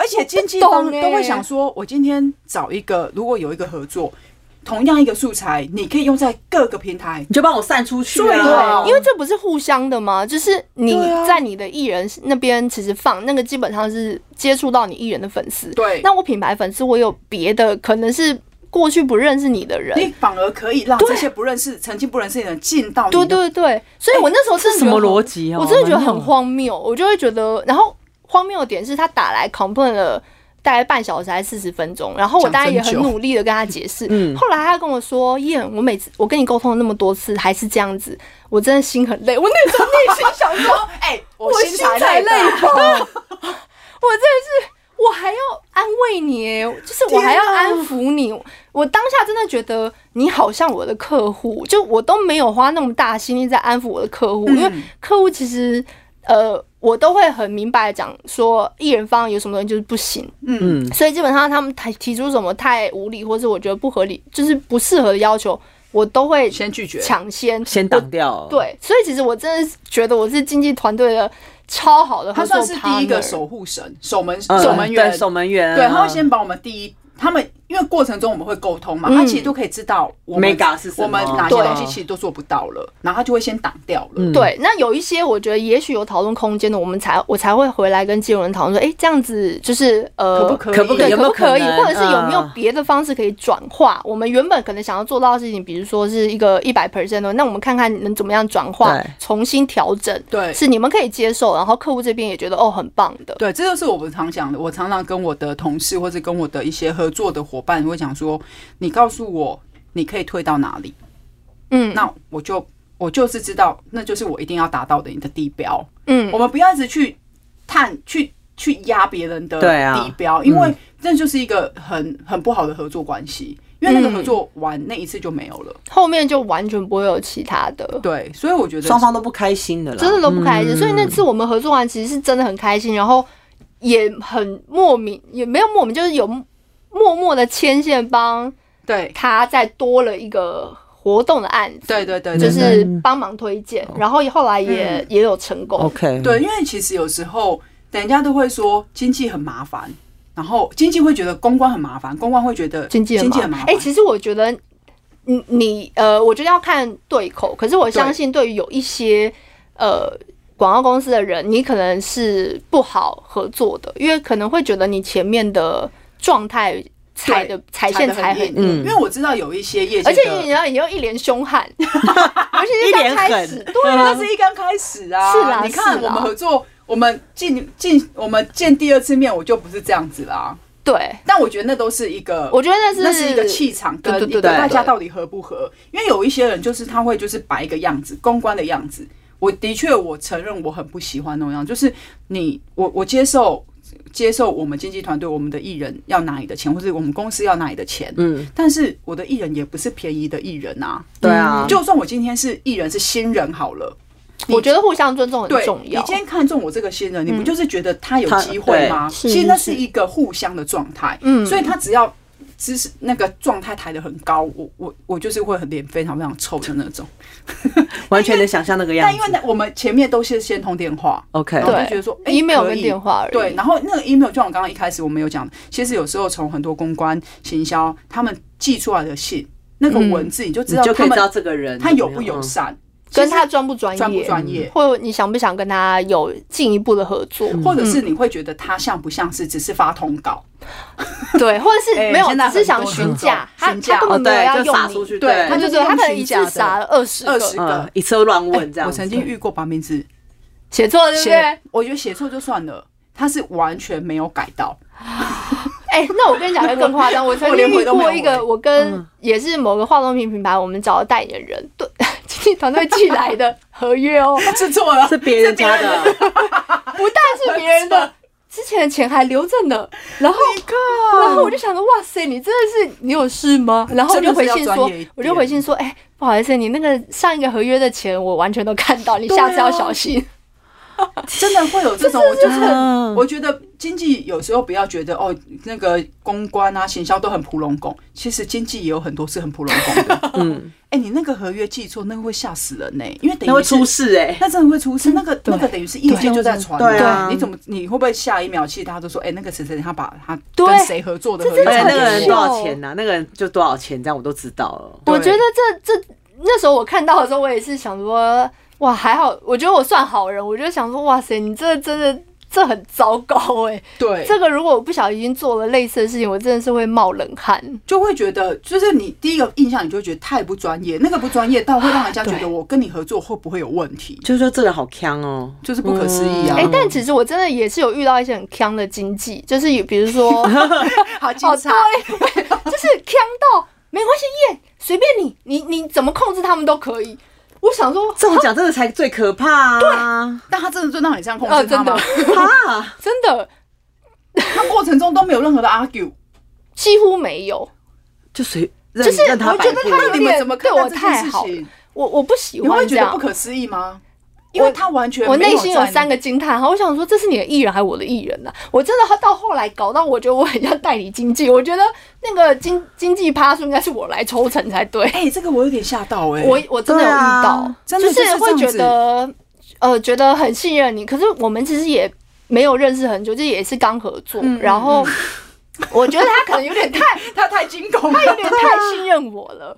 而且经纪
不懂
方
欸
都会想说，我今天找一个，如果有一个合作，同样一个素材，你可以用在各个平台。
你就帮我散出去
对啊
啊！
因为这不是互相的吗？就是你
对啊
在你的艺人那边其实放那个，基本上是接触到你艺人的粉丝。
对
那我品牌粉丝，我有别的，可能是过去不认识你的人。
你反而可以让这些不认识、曾经不认识的人进到你
对
的。
对
哎
对，所以我那时候真的
什
觉得
么
很
逻辑啊？
我真的觉得很
荒。
荒谬，我就会觉得，然后荒谬的点是他打来 complain 了。大概半小时还是四十分钟，然后我
讲
当然也
真
很
久
努力的跟他解释。
嗯
后来他跟我说：“燕，我每次我跟你沟通了那么多次，还是这样子，我真的心很累。”我那时候内心想说
哎、我
我
心
心才
累吧
累吧， 我真的是，我还要安慰你耶，就是我还要安抚你。我当下真的觉得你好像我的客户，就我都没有花那么大心力在安抚我的客户，
嗯
因为客户其实呃，我都会很明白地讲说，艺人方有什么东西就是不行，
嗯，
嗯，
所以基本上他们提提出什么太无理或是我觉得不合理，就是不适合的要求，我都会
先拒绝。
抢先
先挡掉。，
对，所以其实我真的是觉得我是经济团队的超好的
他
合作
算是第一个
partner
守护神、守门、
嗯
守门员、
对守门员，啊
对，他会先把我们第一，他们因为过程中我们会沟通嘛，
嗯
他其实都可以知道我们
Mega 是什么
我们哪些东西
对
其实都做不到了，然后他就会先挡掉了。
嗯
对，那有一些我觉得也许有讨论空间的，我们才我才会回来跟金融人讨论说，哎、这样子就是呃，
可不可以
可不可以
对，
有没
可
有
不可以，
可能
或者是有没有
嗯
别的方式可以转化？我们原本可能想要做到的事情，比如说是一个一百 percent 的，那我们看看能怎么样转化
对，
重新调整，
对
是你们可以接受，然后客户这边也觉得哦很棒的，
对，这就是我们常讲的。我常常跟我的同事或者跟我的一些合作的伙伴，我会讲说：“你告诉我你可以退到哪里，
嗯
那我就我就是知道，那就是我一定要达到的你的地标。
嗯
我们不要一直去探去去压别人的
对啊
地标，因
嗯
为这就是一个很很不好的合作关系。因为那
嗯
个合作完、那一次就没有了。
后面就完全不会有其他的。
对，所以我觉得
双方都不开心的啦。
真的都不开心。所以那次我们合作完，其实是真的很开心，然后也很莫名，也没有莫名，就是有默默的牵线帮
对
他再多了一个活动的案子，
对对对，哦
就
对对
是帮忙推荐，然后后来也、也有成
哦
功。
OK，，
对，因为其实有时候人家都会说经济很麻烦，然后经济会觉得公关很麻烦，公关会觉得
经纪人
经济
嘛
很麻
哎、
烦。
其实我觉得你你呃，我觉得要看对口，可是我相信对于有一些呃广告公司的人，你可能是不好合作的，因为可能会觉得你前面的状态踩的踩线踩很
硬，
硬。
硬
因为我知道有一些业界
而
的，
且你知道，你又一脸凶悍， 尤其是
一
刚
脸
开
狠
始，
对，那是一刚开始啊。
啊是啦
你看
是啦
我们合作，我们进进我们见第二次面，我就不是这样子啦。
对，
但我觉得那都是一个，
我觉得那是
那是一个气场跟
对
一
对对
个
对
大家
对
到底合不合。因为有一些人就是他会就是摆一个样子，公关的样子。我的确我承认我很不喜欢那种样子，就是你我我接受接受我们经纪团队我们的艺人要拿你的钱，或者我们公司要拿你的钱，
嗯，
但是我的艺人也不是便宜的艺人啊。
对啊，
就算我今天是艺人是新人好了。
我觉得互相尊重很
对，
重
你
要
今。天看中我这个新人，你不就是觉得他有
嗯他
机会吗？
对是
其实那
是
是一个互相的状态，
嗯
所以他只要知识那个状态抬得很高，我我我就是会很脸非常非常臭的那种。
完全能想象那个样
但
子
因为呢，我们前面都是先通电话，
，OK，
然后就觉得说，哎、
email
可
跟
以
电话而已。
对，然后那个 email 就像我刚刚一开始我们有讲，其实有时候从很多公关行销他们寄出来的信，那个
嗯
文字你就知
你
道
就可
他
以知
们
道这个人
他
怎么
友不友
样嗯
善，
跟
其
他
实
专不专
专不
业，
专业。
或你想不想跟他有进一步的合作，
或者是你会觉得他像不像是只是发通稿，
对，或者是
哎
没有，
现在
只
很
是想
多
询
这
价
种，
他
询
他
价
根
哦，
本没有
对，
要
就撒
用
出
你，
去，
对
他
他
就
就是
他
用
可能
询
一
价
次
的
撒了二十
20
个，
嗯，一次都乱问这
哎
样
我
子，
曾经遇过把名字
写错了对不
写
对？，
我觉得写错就算了，他是完全没有改 到，
哎，那我跟你讲个更夸张，我曾
我
经
连
遇
回都没有
过一个，
回
我跟
嗯
也是某个化妆品品牌，我们找的代言人，对， 经纪团队寄来的合约哦，
是错了，
是别人家的，
不但是别人的。之前的钱还留着呢，然后
Oh
然后我就想着，哇塞，你真的是你有事吗？然后我就回信
真的是要
说
专业一点，
我就回信说，哎、不好意思，你那个上一个合约的钱我完全都看到，你
啊
下次要小心。
真的会有这 种，我就是
嗯
我觉得经济有时候不要觉得哦，那个公关啊、行销都很普龙拱，其实经济也有很多是很普龙拱 的。
嗯，
哎，你那个合约记错，那个会吓死人呢，因为等
那会
于
出
是。
事哎，
那真的会出事，那个
嗯对
那个等于是业界就在传了，
对啊
你怎么你会不会下一秒其实大家都说，哎，那个谁谁谁他把他
对
跟谁合作的
这
合约
而且
真的
哎那个
很
人
秀
多少钱啊呐？那个人就多少钱，这样我都知道了。
对
我觉得这这那时候我看到的时候，我也是想说，哇，还好，我觉得我算好人，我就想说，哇塞，你这真的这很糟糕哎、
对，
这个如果我不小心做了类似的事情，我真的是会冒冷汗。
就会觉得，就是你第一个印象，你就会觉得太不专业，那个不专业到会让人家觉
对
得我跟你合作会不会有问题，
就是说这人好强哦，
就是不可思议啊！
哎、但其实我真的也是有遇到一些很坑的经济，就是比如 说。
好精
哦，
彩，
对， 就是呛到没关系，耶，随便你，你你怎么控制他们都可以。我想说，
这种讲真的才最可怕啊！
但他真的就让你这样控
哦
制他
真的
吗？
啊，
真的
他过程中都没有任何的 argue，
几乎没有，
就随任
就是
任他
我
摆
觉得
布
他
那
有
你们怎么看
对我
待这
太
件事
好
情？
我我不喜
你会
欢这
觉得
样
不。可思议吗？因为他完全
我
没
内心有
在
三个惊叹号，我想说这是你的艺人还是我的艺人呢、啊我真的到后来搞到我觉得我很像代理经纪，我觉得那个经经济趴数应该是我来抽成才对。
哎，这个我有点吓到哎，
我我真的有遇到，
对啊
真
就
的就是是
会
这
觉
样子
得呃觉得很信任你，可是我们其实也没有认识很久，就也是刚合作，
嗯嗯
然后。我觉得他可能有点太，
他太惊恐
他有
了，
点太信任我了。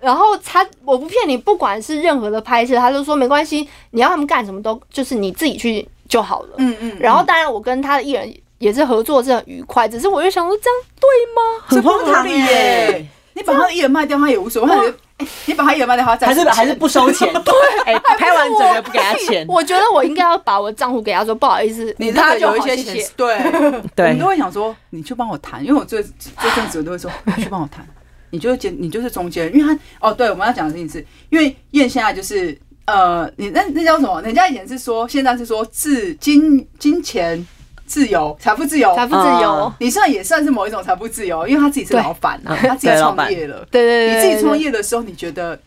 然后他，我不骗你，不管是任何的拍摄，他就说没关系，你要他们干什么都，就是你自己去就好了。
嗯嗯，
然后当然，我跟他的艺人也是合作，是很愉快。只是我就想说，这样对吗？
这
很
不
荒
合
唐欸
理
耶
耶！，你把他的艺人卖掉，他也无所谓，他也哎你把他艺人卖掉，他再
还是还是不收钱，对，哎，拍完整个不给他钱，
我觉得我应该要把我账户给他说，不好意思，
你
他
那个
就
有一
好，
些
谢
钱
谢。
是对。我们
对
都，会想说，你去帮我谈，因为我最这阵子我都会说，你去帮我谈，你就是间，你就是中间人，因为他哦，对，我们要讲的事情是，因为燕现在就是呃，你那那叫什么？人家以前是说，现在是说自金金钱自由、财富自由，
财富自由
啊，
你现在也算是某一种财富自由，因为他自己是
对
老板啊，
嗯
他自己
对老
创
板
业了，
对对对，
你自己创
业，
业的时候，你觉得嘖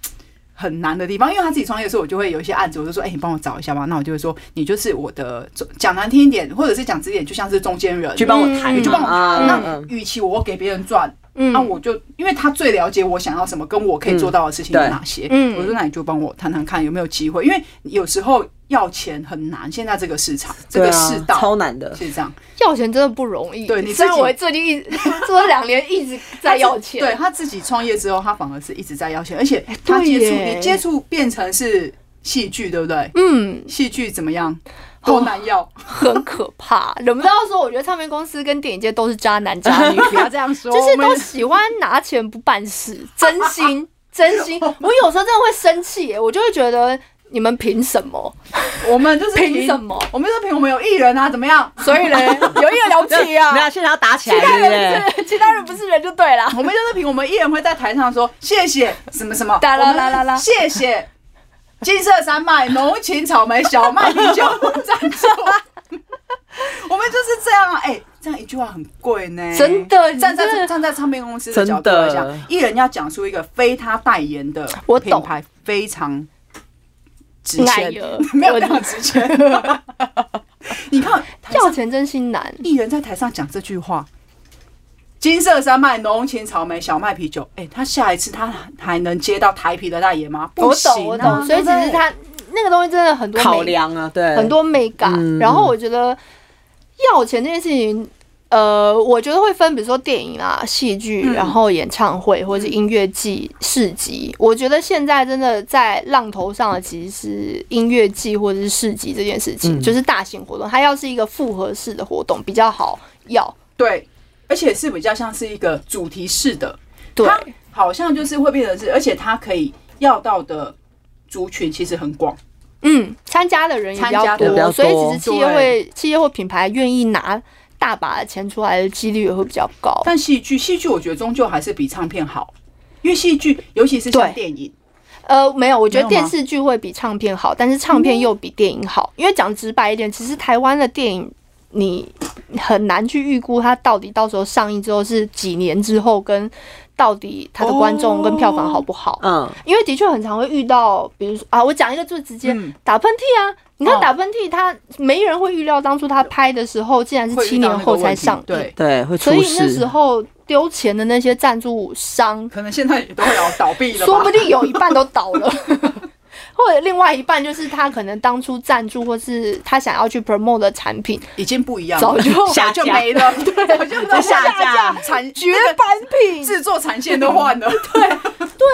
很难的地方，因为他自己创业的时候，我就会有一些案子，我就说，哎、你帮我找一下吧。那我就会说，你就是我的中讲难听一点，或者是讲直一点，就像是中间人，
去帮我谈嘛，
嗯
你就帮我
啊
谈。
嗯
那与其我给别人赚，
嗯
那、我就因为他最了解我想要什么，跟我可以做到的事情有
对
哪些。
嗯
我说那你就帮我谈谈看有没有机会，因为有时候要钱很难，现在这个市场这
对
个
啊
世道、
超难的，
是这样，
要钱真的不容易。
对你
虽然
自己
我最近一 直这两年一直在要钱，哎
对他自己创业之后，他反而是一直在要钱，而且他接
对
触
耶
你接触变成是戏剧，对不对？
嗯，哦
戏剧怎么样？多难要，
很可怕。忍不到说，我觉得唱片公司跟电影界都是渣男渣 女，
不要这样说，
就是
我
都
们
喜欢拿钱不办事， 真心真心。我有时候真的会生气耶，我就会觉得你们凭什么？
我们就是
凭什么？
我们就凭我们有艺人啊，怎么样？
所以呢，有一个了不起
没
啊
有，，现在要打起来，对不 对？
对其他人不是人就对啦。
我们就是凭我们艺人会在台上说谢谢什么什么，
哒啦
我们
啦啦啦
谢谢金色山脉、浓情草莓、小麦啤 酒赞助。 我们就是这样啊，哎、这样一句话很贵呢，
真的
站
哎你真
在
的
站在唱片公司的角度
真的
来讲，艺人要讲出一个非他代言的
我
品
懂
牌，非常值
哎
钱
呀，
没有
我
非常值钱。你看，
要钱真心难，
艺人在台上讲这句话：“金色山脉、浓情草莓、小麦啤酒。哎，他下一次他还能接到台啤的代言吗？不
我
行、啊，
懂我懂。所
对
以
不
其
对
实他那个东西真的很多
考
美
量啊，对，
很多 mega、
嗯
然后我觉得要钱这件事情，呃，我觉得会分，比如说电影啊、戏剧，
嗯
然后演唱会或者是音乐季、市集。我觉得现在真的在浪头上的其实是音乐季或者是市集这件事情，
嗯
就是大型活动，它要是一个复合式的活动比较好要。
对，而且是比较像是一个主题式的，
对，
它好像就是会变成是，而且它可以要到的族群其实很广。
嗯，参加的人也比
参
较
加的
多，
人
比较
所以
多
其实企业会、企业或品牌愿意拿大把的钱出来的几率也会比较高。
但戏剧，戏剧我觉得终究还是比唱片好，因为戏剧，尤其是像
对
电影，
呃，没有，我觉
没有吗
得电视剧会比唱片好，但是唱片又比电影好，因为讲直白一点，其实台湾的电影你很难去预估它到底到时候上映之后是几年之后，跟到底它的观
哦
众跟票房好不好，
嗯，
因为的确很常会遇到，比如说啊，我讲一个最直接，
嗯
打喷嚏啊。你看
哦
打喷嚏，它没人会预料当初他拍的时候，竟然是
会
七
遇到
年
那个
后
问
才
题
上映，
对，
对，会
所
出
以那时
事。
候丢钱的那些赞助商
可能现在也都要倒闭了吧，
说不定有一半都倒 了，或者另外一半就是他可能当初赞助或是他想要去 promote 的产品，
已经不一样了
早。就
早就没了，对， 早就没有
下架
产
绝版品。
制作产线都 换了，
对啊，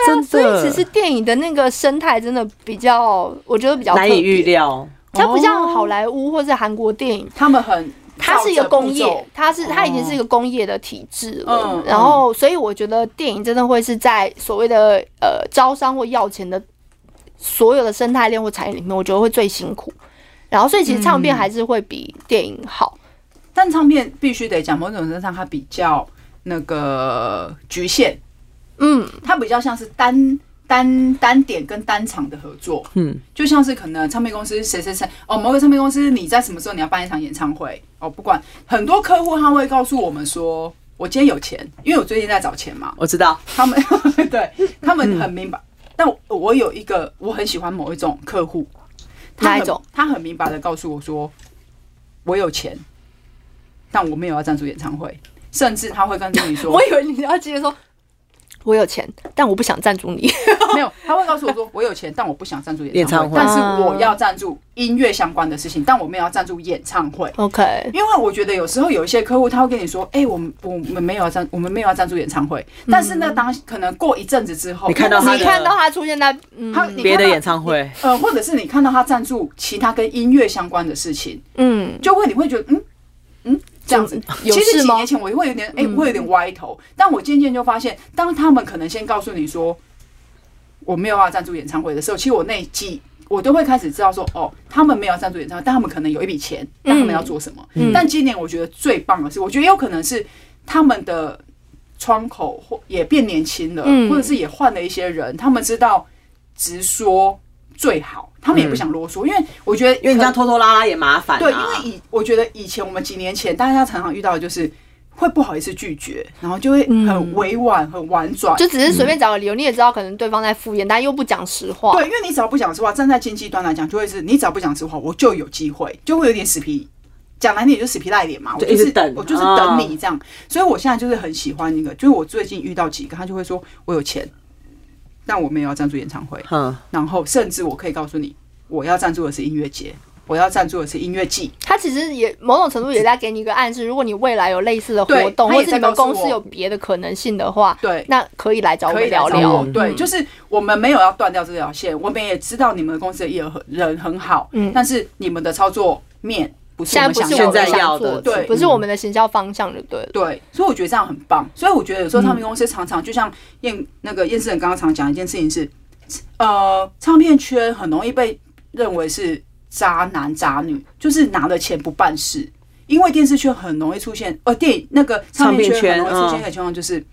真
所
的
以其实电影的那个生态真的比较，我觉得比较
难以
特别
预，料，
它不像好莱坞或是韩国电影。
他们很，
它是一个工业，，它是它已经
哦
是一个工业的体制了。
嗯
然后，所以我觉得电影真的会是在所谓的呃招商或要钱的所有的生态链或产业里面，我觉得会最辛苦。然后，所以其实唱片还是会比电影好。
但唱片必须得讲，某种程度上它比较那个局限，
嗯，
它比较像是单单单点跟单场的合作，
嗯，
就像是可能唱片公司谁谁谁哦，某个唱片公司你在什么时候你要办一场演唱会哦，不管很多客户他会告诉我们说，我今天有钱，因为我最近在找钱嘛，
我知道，
他们 对他们很明白。但我我有一个我很喜欢某一种客户，他
哪一
很
种？
他很明白的告诉我说，我有钱，但我没有要赞助演唱会，甚至他会跟你 说
我，以为你要直接说，我有钱，但我不想赞助你。
没有，他会告诉我说，我有钱，但我不想赞助演唱会，
演
唱会
但是我要赞助音乐相关的事情，但我没有要赞助演唱会。
OK，
因为我觉得有时候有一些客户他会跟你说，哎、我们我们没有要赞，我们没有要赞助演唱会，但是呢，当可能过一阵子之后，
嗯你看到他
你
的
看到他出现在嗯
他你
别的
看到
演唱会，
呃，或者是你看到他赞助其他跟音乐相关的事情，
嗯
就会你会觉得嗯嗯这样子。
有
其实
事
几
吗嗯
年？前我会有点哎、会有点歪头，但我渐渐就发现，当他们可能先告诉你说我没有要赞助演唱会的时候，其实我那几我都会开始知道说哦，他们没有赞助演唱会，但他们可能有一笔钱，但他们要做什么。
嗯
但今年我觉得最棒的是，我觉得有可能是他们的窗口或也变年轻了，
嗯
或者是也换了一些人，他们知道直说最好，他们
嗯
也不想啰嗦，因为我觉得
因为你这样
可
拖拖拉拉也麻烦、啊。
对，因为以我觉得以前我们几年前大家常常遇到的就是。会不好意思拒绝，然后就会很
嗯
委婉、很婉转，
就只是随便找个理由，你也知道可能对方在敷衍，但又不讲实
哦
话。
对，因为你只要不讲实话，站在经济端来讲，就会是你只要不讲实话，我就有机会，就会有点死皮讲难听就死皮赖脸嘛，我
就
就
一直
是
等嗯
我就是等你这样。所以我现在就是很喜欢一个，就是我最近遇到几个，他就会说我有钱，但我没有要赞助演唱会，
哼，
然后甚至我可以告诉你，我要赞助的是音乐节，我要赞助的是音乐季，
他其实也某种程度也在给你一个暗示，如果你未来有类似的活动，
对
或
他也
是你
在
们
告诉我
公司有别的可能性的话，
对。
那可以来啊找我
可以嗯
们
来找
聊嗯
我
聊。
对，就是我们没有要断掉这条线，我们也知道你们公司的业务很人很好，
嗯
但是你们的操作面不是
现
我
在
们
不是
想象
我
的
们
现在要
想做
的
对
不是我们的行销方向就对了。
对，所以我觉得这样很棒。所以我觉得有时候唱片公司常常就像燕那个燕世仁刚刚常讲一件事情是，呃，唱片圈很容易被认为是渣男渣女，就是拿了钱不办事。因为电视圈很容易出现，呃，电影那个唱片圈很容易出现一个情况，就是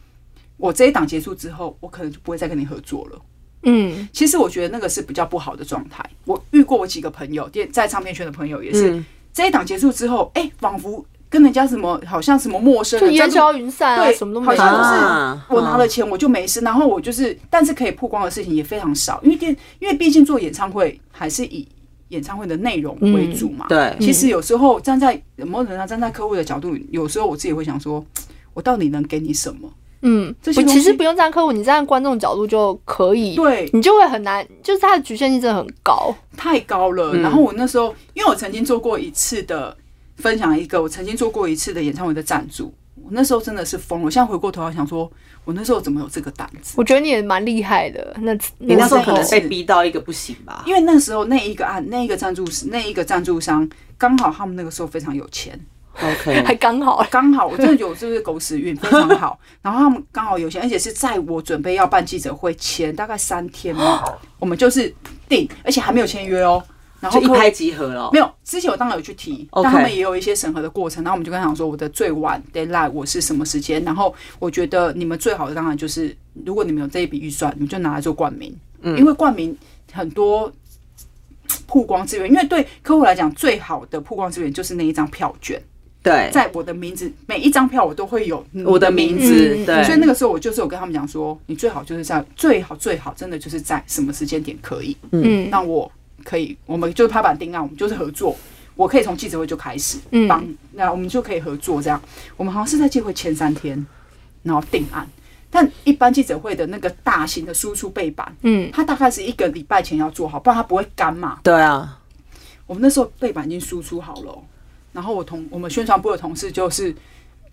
我这一档结束之后，我可能就不会再跟你合作了。
嗯，
其实我觉得那个是比较不好的状态。我遇过我几个朋友，电在唱片圈的朋友也是，
嗯
这一档结束之后，哎、仿佛跟人家什么好像什么陌生
就
人，在
烟
路
消云散啊，
对
什么都没有
好像就
啊。
是
啊
我拿了钱我就没事，然后我就是，但是可以曝光的事情也非常少，因为电，因为毕竟做演唱会还是以演唱会的内容为主嘛。
对
其实有时候站在某种程度上站在客户的角度，有时候我自己会想说，我到底能给你什么？
嗯，
这些
不
东西
其实不用站客户，你站观众角度就可以，
对，
你就会很难，就是它的局限性真的很高。
太高了。
嗯
然后我那时候，因为我曾经做过一次的分享，一个我曾经做过一次的演唱会的赞助，我那时候真的是疯了。我现在回过头来想说，我那时候怎么有这个胆子？
我觉得你也蛮厉害的。那
你那时候
我
可能被逼到一个不行吧？
啊因为那时候那一个案，那一个赞助那一个赞助商，刚好他们那个时候非常有钱，
还
OK，
刚好，
刚好我真的有就是狗屎运非常 好，然后他们刚好有钱，而且是在我准备要办记者会前大概三天嘛，我们就是定，而且还没有签约哦，然后
就一
客户
拍即合了。
没有，之前我当然有去提，但
哦 OK
他们也有一些审核的过程。然后我们就跟他讲说，我的最晚 deadline 我是什么时间？然后我觉得你们最好的当然就是，如果你们有这一笔预算，你们就拿来做冠名，
嗯
因为冠名很多曝光资源，因为对客户来讲，最好的曝光资源就是那一张票券，
对，
在我的名字每一张票我都会有你
我的名字
嗯
对，
所以那个时候我就是有跟他们讲说，你最好就是在最好最好真的就是在什么时间点可以，
嗯
那我可以，我们就是拍板定案，我们就是合作。我可以从记者会就开始
嗯
帮，那我们就可以合作这样。我们好像是在记者会前三天，然后定案。但一般记者会的那个大型的输出背板，
嗯，
它大概是一个礼拜前要做好，不然它不会干嘛。
对啊，
我们那时候背板已经输出好了哦、然后我同我们宣传部的同事就是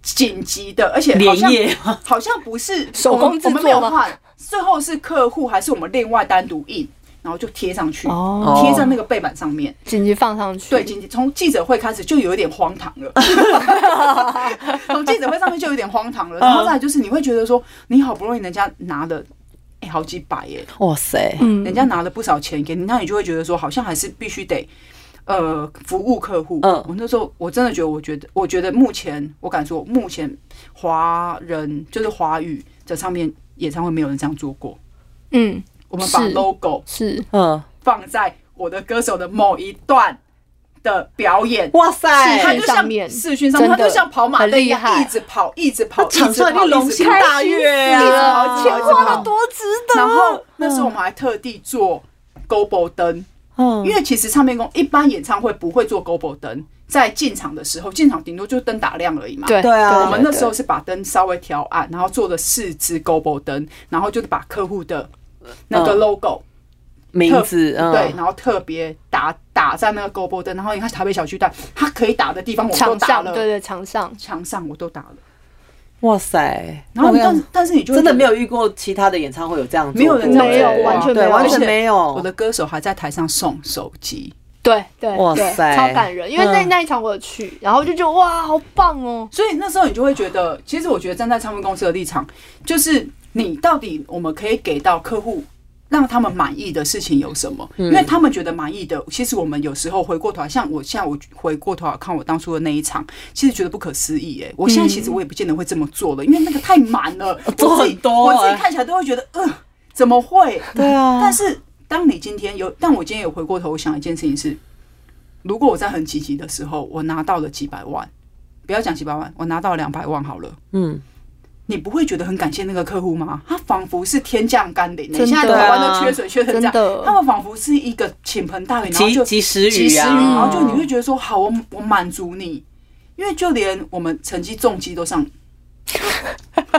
紧急的，而且好
连
像
夜
好像不是
手工
我们
制作
我们没有
吗
换，最后是客户还是我们另外单独印，然后就贴上去，
哦
贴在那个背板上面。
紧急放上去，
对，紧急从记者会开始就有一点荒唐 了，从记者会上面就有点荒唐了。然后再来就是你会觉得说，你好不容易人家拿了。哎、好几百耶、
哇塞，
嗯，
人家拿了不少钱给你，那你就会觉得说，好像还是必须得，呃，服务客户。
嗯
我那时候我真的觉得，我觉得，我觉得目前我敢说，目前华人就是华语的唱片演唱会没有人这样做过。
嗯
我们把
是
logo
是
嗯，
放在我的歌手的某一段的表演，哎
哇塞，
是
他
还
就
上
像
面
视讯上面，
真
他
的
就像跑马灯一样
很厉害
一直跑，一直跑，
那
一
场上
直跑
一定龙
一直
心
跑
大悦
一直
啊
跑一直
牵
跑一直
挂的
跑，
多值得。
然后那时候我们还特地做勾 o 灯，
嗯
因为其实唱片公一般演唱会不会做勾 o 灯，在进场的时候，进场顶多就是灯打亮而已嘛。
对
对啊
我们那时候是把灯稍微调暗，然后做了四支勾 o 灯，然后就是把客户的那个
嗯
logo、
名字，嗯，
对，然后特别打打在那个勾 o 灯，然后你看台北小巨蛋，它可以打的地方我都
场
打
上
了，
对对场上，
墙上我都打了。
哇塞，
然后
我跟
但
你
是
讲
但是你就会
真的
觉得
没有遇过其他的演唱会有这样做过，
没有人
这样做过
对
完全没
对
有
完全没有，
我的歌手还在台上送手机，
对对
哇
对，
塞
超感人。因为那
嗯
那一场我有去，然后就觉得哇，好棒哦。
所以那时候你就会觉得，其实我觉得站在唱片公司的立场，就是你到底我们可以给到客户让他们满意的事情有什么？
嗯
因为他们觉得满意的，其实我们有时候回过头来，像我现在我回过头来看我当初的那一场，其实觉得不可思议哎、我现在其实我也不见得会这么做了，因为那个太满了，
做
我自己
很多
我自
哎
己看起来都会觉得，嗯、怎么会？
对啊，
但是当你今天有，但我今天有回过头想一件事情是，如果我在很积极的时候，我拿到了几百万，不要讲几百万，我拿到两百万好了，
嗯，
你不会觉得很感谢那个客户吗？他仿佛是天降甘霖、欸
真的啊
现在台湾都缺水缺成这样，
真的
他们仿佛是一个倾盆大雨，然后
及
就
及时
及
雨
时雨，嗯然
啊
后，就你会觉得说好，我我满足你，因为就连我们成绩重击都上，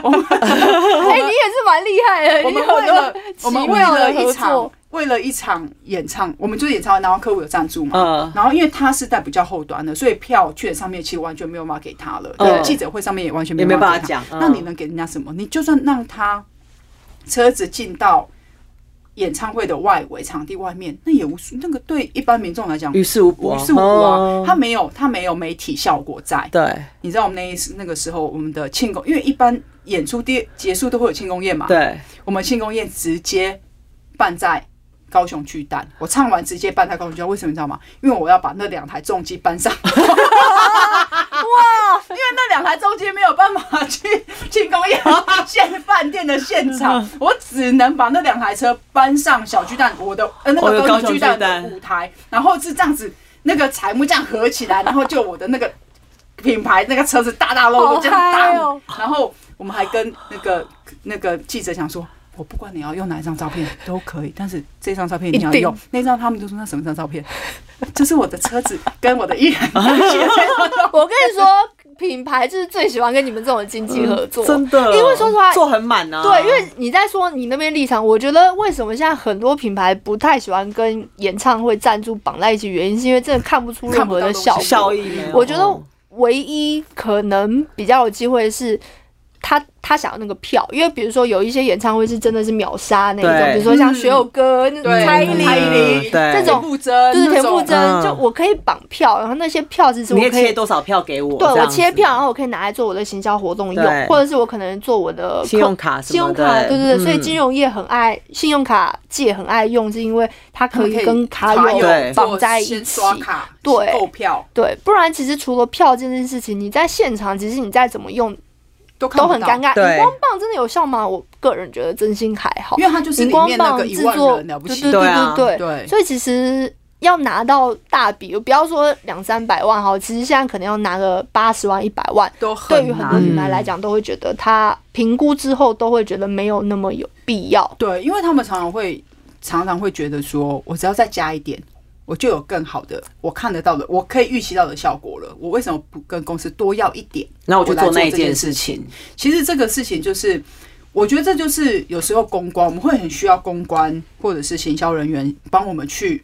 我们
哎、你也是蛮厉害的，
我们
你有很多
哎为了我们
奇
为
妙的
了一
合
场
作，
为了一场演唱，我们就是演唱会，然后客户有赞助嘛。
嗯，
然后因为他是在比较后端的，所以票券上面其实完全没有办法给他了，
嗯
对，记者会上面也完全
也没
有
办
办法
法
嗯给他
讲。嗯
那你能给人家什么？你就算让他车子进到演唱会的外围场地外面，那也无所那个对一般民众来讲
于事无补
无
啊，
事无补啊
嗯，
他没有他没有媒体效果在。
对
你知道我们那一那个时候我们的庆功，因为一般演出第结束都会有庆功宴嘛，
对，
我们庆功宴直接办在高雄巨蛋，我唱完直接办在高雄巨蛋，为什么你知道吗？因为我要把那两台重机搬上。哇！因为 那两台重机没有办法去庆功宴现饭店的现场，
嗯
我只能把那两台车搬上小巨蛋，我的呃那
哦有
个
高
高
雄
雄
巨
巨
蛋
蛋的舞台，然后是这样子，那个彩幕这样合起来，然后就我的那个品牌那个车子大大 logo
好
这样大
嗨哦！
然后我们还跟那个那个记者讲说，我不管你要用哪一张照片都可以，但是这张照片你要
一
用
定，
那张他们就说那什么张照片，这是我的车子跟我的艺人关 系的那张照
我跟你说，品牌就是最喜欢跟你们这种经纪合作，
嗯真的，
因为说实话
做很满
嗯
啊，
对，因为你在说你那边立场，我觉得为什么现在很多品牌不太喜欢跟演唱会赞助绑在一起，原因是因为真的看不出任何的效
看不到
果。
东西
效益没有，
我觉得唯一可能比较有机会是他他想要那个票，因为比如说有一些演唱会是真的是秒杀那一
对
种，比如说像学友哥、那
嗯对
蔡依
嗯
林，
蔡依林
嗯对
这
田
种
馥甄，
就是田
那种
馥甄，
嗯
就我可以绑票，然后那些票其实
你
我
也
可以
切多少票给我？
对
这
我
样子
切票，然后我可以拿来做我的行销活动
对
用，或者是我可能做我的
信用
扣
卡什
信
么
用
的
卡，对对对，所以
嗯
金融业很爱信用卡界很爱用，是因为它
他
可
们可
以
以
跟
卡
友
对
做
绑在一
先
起。
刷卡，
对
购票
对，不然其实除了票这件事情，你在现场其实你再怎么用
都
都很尴
尬。
尬。
对
荧光棒真的有效吗？我个人觉得真心还好
因，为他就是
荧
里
光
面那
棒
个一
制
万
作
人了不
对
起，
对
对啊
对
对
所以其实要拿到大笔，不要说两三百万哈，其实现在可能要拿个八十万、一百万，
都
对于
很
很多
难。
品牌来讲，都会觉得他评估之后都会觉得没有那么有必要。
对，因为他们常常会常常会觉得说，我只要再加一点，我就有更好的，我看得到的，我可以预期到的效果了。我为什么不跟公司多要一点？
那我就
我来
做
做
那一
这件
件
事
事情，
其实这个事情就是，我觉得这就是有时候公关，我们会很需要公关或者是行销人员帮我们去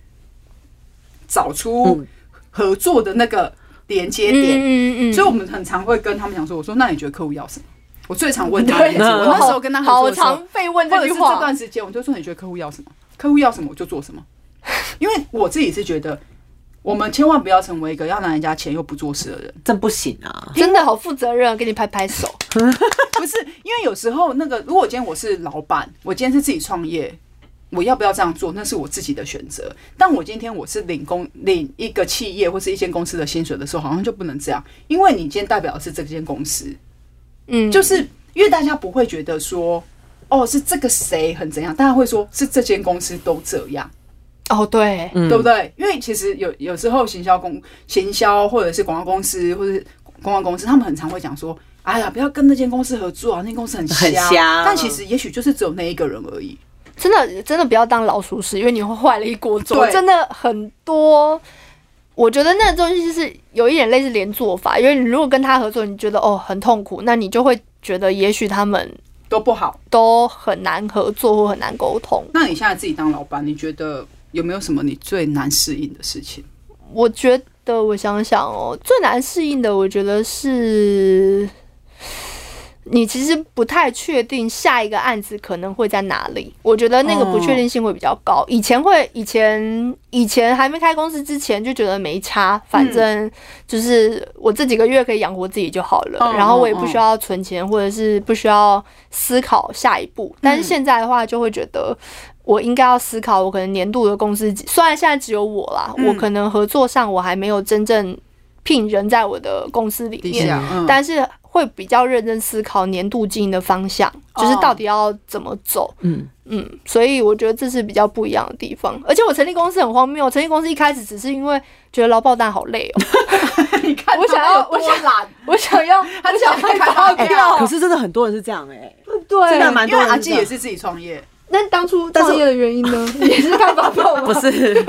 找出
嗯
合作的那个连接点。
嗯
所以我们很常会跟他们讲说，我说那你觉得客户要什么？我最常问他的也是，
对
我那时候跟他合
嗯好
作的时候，
常被问
或
这
者
句
是
话，
这段时间，我就说你觉得客户要什么，客户要什么我就做什么， 因为我自己是觉得，我们千万不要成为一个要拿人家钱又不做事的人，
这不行啊，
真的好负责任，给你拍拍手。
不是因为有时候那个，如果今天我是老板，我今天是自己创业。我要不要这样做？那是我自己的选择。但我今天我是领工领一个企业或是一间公司的薪水的时候，好像就不能这样，因为你今天代表的是这间公司，
嗯，
就是因为大家不会觉得说，哦，是这个谁很怎样，大家会说是这间公司都这样。
哦，对，
嗯
对不对？因为其实有有时候行销公、行销或者是广告公司或者是公关公司，他们很常会讲说：“哎呀，不要跟那间公司合作啊，那间公司很瞎。
很瞎
但其实也许就是只有那一个人而已。
真的真的不要当老鼠屎，因为你会坏了一锅粥。
对
真的很多，我觉得那个东西是有一点类似连坐法，因为你如果跟他合作，你觉得哦很痛苦，那你就会觉得也许他们
都不好。
都很难合作或很难沟通。
那你现在自己当老板，你觉得有没有什么你最难适应的事情？
我觉得，我想想哦，最难适应的，我觉得是你其实不太确定下一个案子可能会在哪里。我觉得那个不确定性会比较高。以前会，以前以前还没开公司之前就觉得没差，反正就是我这几个月可以养活自己就好了，
嗯
然后我也
嗯
不
嗯
需要存钱，或者是不需要思考下一步。但是
嗯
现在的话，就会觉得。我应该要思考，我可能年度的公司，虽然现在只有我啦，
嗯
我可能合作上我还没有真正聘人在我的公司里
底
面，
下，嗯，
但是会比较认真思考年度经营的方向，就是到底要怎么走。
嗯
嗯，所以我觉得这是比较不一样的地方。而且我成立公司很荒谬，成立公司一开始只是因为觉得劳爆蛋好累哦，
你看
我想
他
要
有多懒，
我想要，
他
我想
想
要
要开
逃
发
掉。
哎可是真的很多人是这样哎、
对
真的蛮
哎因
多
为
人
阿
这
纪
样
也是自己创业，
那当初
但是
创业的原因呢？也是看宝宝吗？
不是，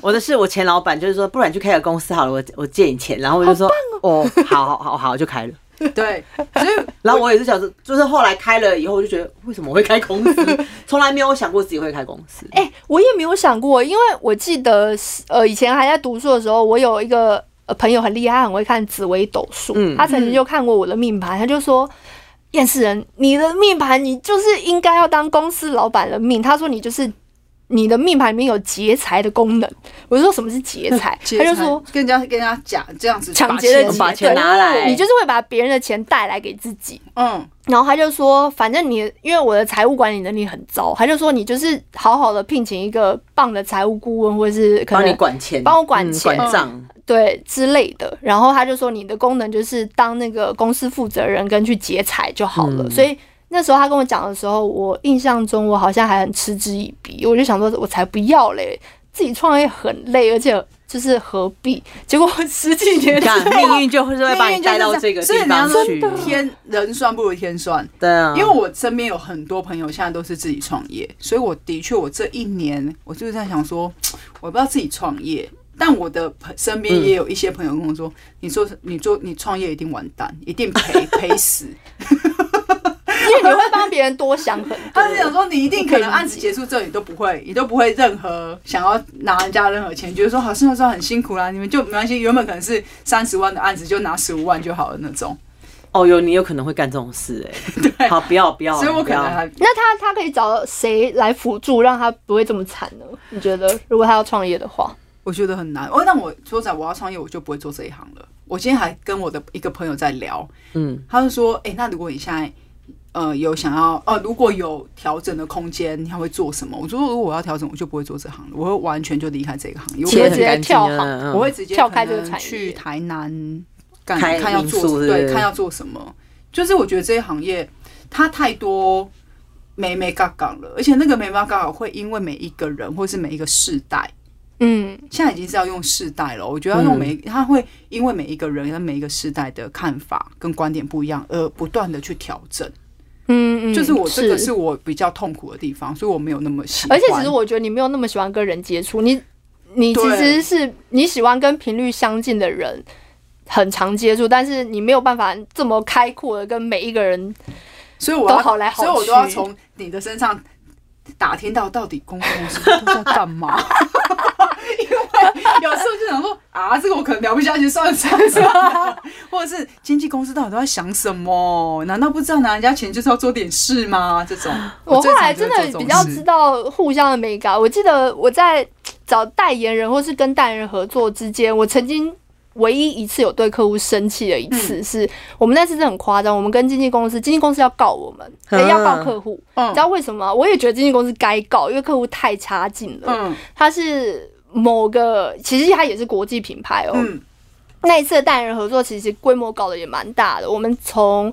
我的是我前老板，就是说，不然去开个公司好了，我我借你钱，然后我就说，哦，好好好好，就开了。
对，所以
然后我也是想说，就是后来开了以后，我就觉得为什么我会开公司，从来没有想过自己会开公司。
哎、我也没有想过，因为我记得是呃，以前还在读书的时候，我有一个呃朋友很厉害，他很会看紫微斗数，
嗯
他曾经就看过我的命盘，他就说。厌世人，你的命盘你就是应该要当公司老板的命。他说你就是你的命盘里面有劫财的功能。我就说什么是劫 财，他就说
跟人家跟人家讲这样子
抢劫的
把
劫，
把钱拿来
对你就是会把别人的钱带来给自己。
嗯，
然后他就说，反正你因为我的财务管理能力很糟，他就说你就是好好的聘请一个棒的财务顾问，或者是可
帮你
能
管钱，
帮我管
嗯
钱
管账，
对之类的。然后他就说你的功能就是当那个公司负责人跟去劫财就好了。
嗯
所以那时候他跟我讲的时候，我印象中我好像还很嗤之以鼻，我就想说我才不要嘞，自己创业很累，而且就是何必？结果我十几年
你
之后
看命运就是会把
命
你
运就是
带到这个
所以
地
你要
方
说
去，
天人算不如天算，
对啊，
因为我身边有很多朋友现在都是自己创业，所以我的确我这一年我就是在想说，我不知道自己创业，但我的朋身边也有一些朋友跟我说，你做你做你创业一定完蛋，一定赔赔死。
因为你会帮别人多想很多
他。是想说你一定可能案子结束之后你都不会，你都不会任何想要拿人家任何钱，觉得说好像啊说很辛苦啦，你们就没关系，原本可能是三十万的案子就拿十五万就好了那种，
哦有你有可能会干这种事 哎、好不要不要，
所以我可能
不要
还
那他他可以找谁来辅助，让他不会这么惨呢？你觉得，如果他要创业的话，
我觉得很难。哦，那我说实在，我要创业，我就不会做这一行了。我今天还跟我的一个朋友在聊，
嗯
他就说：“哎、那如果你现在呃有想要呃如果有调整的空间，你还会做什么？”我就说：“如果我要调整，我就不会做这行了，我会完全就离开这个行业，我
切
会
直
直
接
接，
干净
跳
啊
行
嗯
我会直接
跳开这个
可能
产业
去台南干
开
看要
民
做
宿是不
对
是
看要做什么。就是我觉得这些行业它太多。”美美嘎嘎了，而且那个美美嘎嘎会因为每一个人或是每一个世代，
嗯，
现在已经是要用世代了，我觉得要用
嗯
每，他会因为每一个人跟每一个世代的看法跟观点不一样，而不断的去调整。
嗯嗯，
就是我这个是我比较痛苦的地方，所以我没有那么喜欢。
而且其实我觉得你没有那么喜欢跟人接触，你你其
对
实是你喜欢跟频率相近的人很常接触，但是你没有办法这么开阔的跟每一个人。
所以我要
都好来好去
所以我都要从你的身上打听到到底公公司都在 干嘛。因为有时候就想说啊，这个我可能聊不下去，算了算了算了， 或者是经纪公司到底都在想什么？难道不知道拿人家钱就是要做点事吗？这种
我
最
后
常
来
就
真
是
的
做这种
比较
事
知道互相的美感。我记得我在找代言人或是跟代言人合作之间，我曾经唯一一次有对客户生气的一
嗯
次是，我们那次真的很夸张，我们跟经纪公司，经纪公司要告我们，
啊
要告客户，
嗯
你知道为什么吗？我也觉得经纪公司该告，因为客户太差劲了，
嗯
他是。某个其实他也是国际品牌哦，
嗯，
那一次的代言人合作其实规模搞得也蛮大的。我们从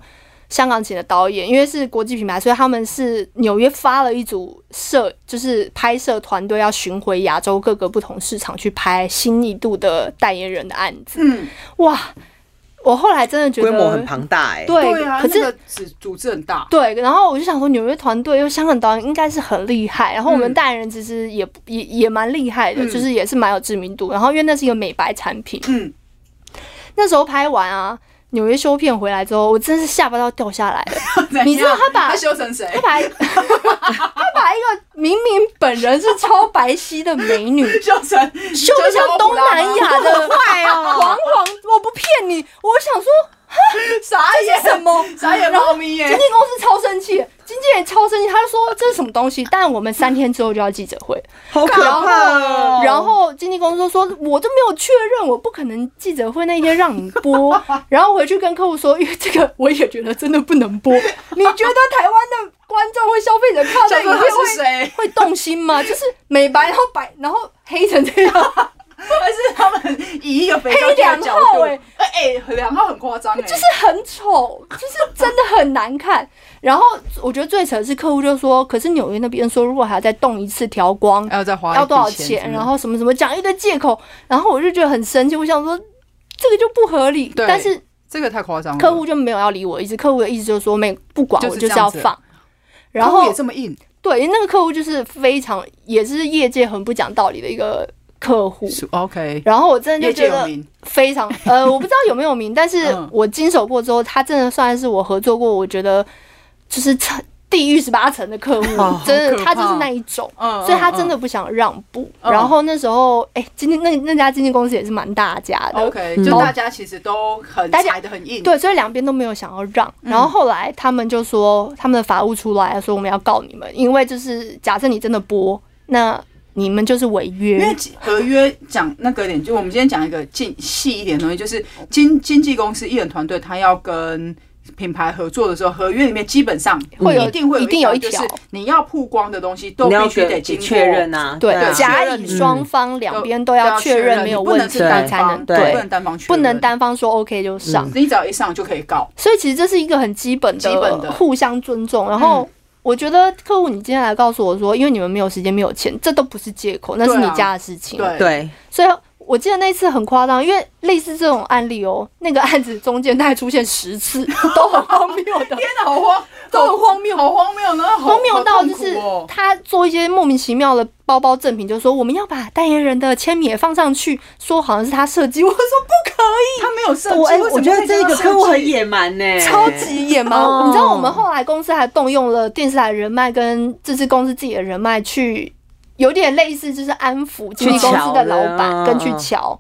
香港请的导演，因为是国际品牌，所以他们是纽约发了一组摄，就是拍摄团队要巡回亚洲各个不同市场去拍新一度的代言人的案子。
嗯，
哇，我后来真的觉得
规模很庞大哎、
对，
对啊，
可是、
那个组组织 很大，
对，然后我就想说，纽约团队又香港导演应该是很厉害，然后我们
嗯
代言人其实也、也也蛮厉害的，
嗯
就是也是蛮有知名度。然后因为那是一个美白产品，
嗯，
那时候拍完啊，纽约修片回来之后，我真是下巴都要掉下来了。你知道
怎样
他把
他修成谁
他？把他把一个明明本人是超白皙的美女，
修成
修
修
的像东南亚 的
坏
啊
黄
哦，
黄，我不骗你，我想说
傻
这是什
眼，
么？
傻眼猫咪
经
耶
纪！公司超生气，经纪人超生气，他就说这是什么东西？但我们三天之后就要记者会，
好可怕哦。
然后经纪公司说，我都没有确认，我不可能记者会那一天让你播。然后回去跟客户说，因为这个我也觉得真的不能播。你觉得台湾的观众或消费者看到这
想
个
说
影
他是
片
谁？
会会动心吗？就是美白，然后白，然后黑成这样。
但是他们以一个肥皂
黑
剧的
两
角
号
度，
欸
哎哎，两号很夸张哎，就
就是很丑，就是真的很难看。然后我觉得最扯的是客户就说，可是纽约那边说，如果还要再动一次调光，
要再花
要多少
钱
钱，？然后什么什么讲一堆借口，然后我就觉得很生气，我想说这个就不合理。
对
但是
这个太夸张了，
客户就没有要理我的意思，客户的意思就是说没不管
就是
我就是
这样
要
子
放。然
然后
后
也这么硬，
对那个客户就是非常也是业界很不讲道理的一个客户。
是 OK，
然后我真的
业
就觉
界
得
有名，
非常 呃，我不知道有没有名，但是
嗯
我经手过之后，他真的算是我合作过，我觉得就是层地狱十八层的客户，
哦
真
好
的
可怕
他就是那一种。
嗯，
所以他真的
嗯
不想让步，
嗯
然后那时候，哎、今天那那家经纪公司也是蛮大家的
嗯 OK，就
嗯
大家其实都
呃
很
哦大家
踩的很硬，
对，所以两边都没有想要让。
嗯
然后后来他们就说，他们的法务出来说我们要告你们，因为就是假设你真的播，那你们就是违约。
因为合约讲那个点，就我们今天讲一个近细一点的东西，就是经经纪公司艺人团队，他要跟品牌合作的时候，合约里面基本上
会有
一定会
一定有
一
一
条，就
条
是你要曝光的东西都
你要
必须得
给
经过
确认，啊，
对
啊，
假
甲
确认
乙
嗯
双方两边都
都
要确认
你
没有
不
问
能
题
是单
才
方
能
对
不能单方确
不能
认，
单方说 OK 就上。
你只要一上就可以告，
所以其实这是一个很基本的
嗯基本的嗯
互相尊重。然后我觉得客户，你今天来告诉我说，因为你们没有时间、没有钱，这都不是借口，那是
对啊
你家的事情。
对
对，
所以我记得那次很夸张，因为类似这种案例哦， 那个案子中间大概出现十 次，都很荒谬的，
天哪，好荒，
都很荒
谬，好荒谬呢，好
荒谬到就
好痛
是
苦哦
他做一些莫名其妙的包包赠品，就说我们要把代言人的签名也放上去，说好像是他设计，我说 不可以。
他没有设计，
我哎
为什
我
么
觉
会
得这
样
个
设
客户很
计
野蛮呢，
超级野蛮。
哦
你知道我们后来公司还动用了电视台人脉跟这次公司自己的人脉去，有点类似就是安抚经纪公司的
啊
老板跟去瞧。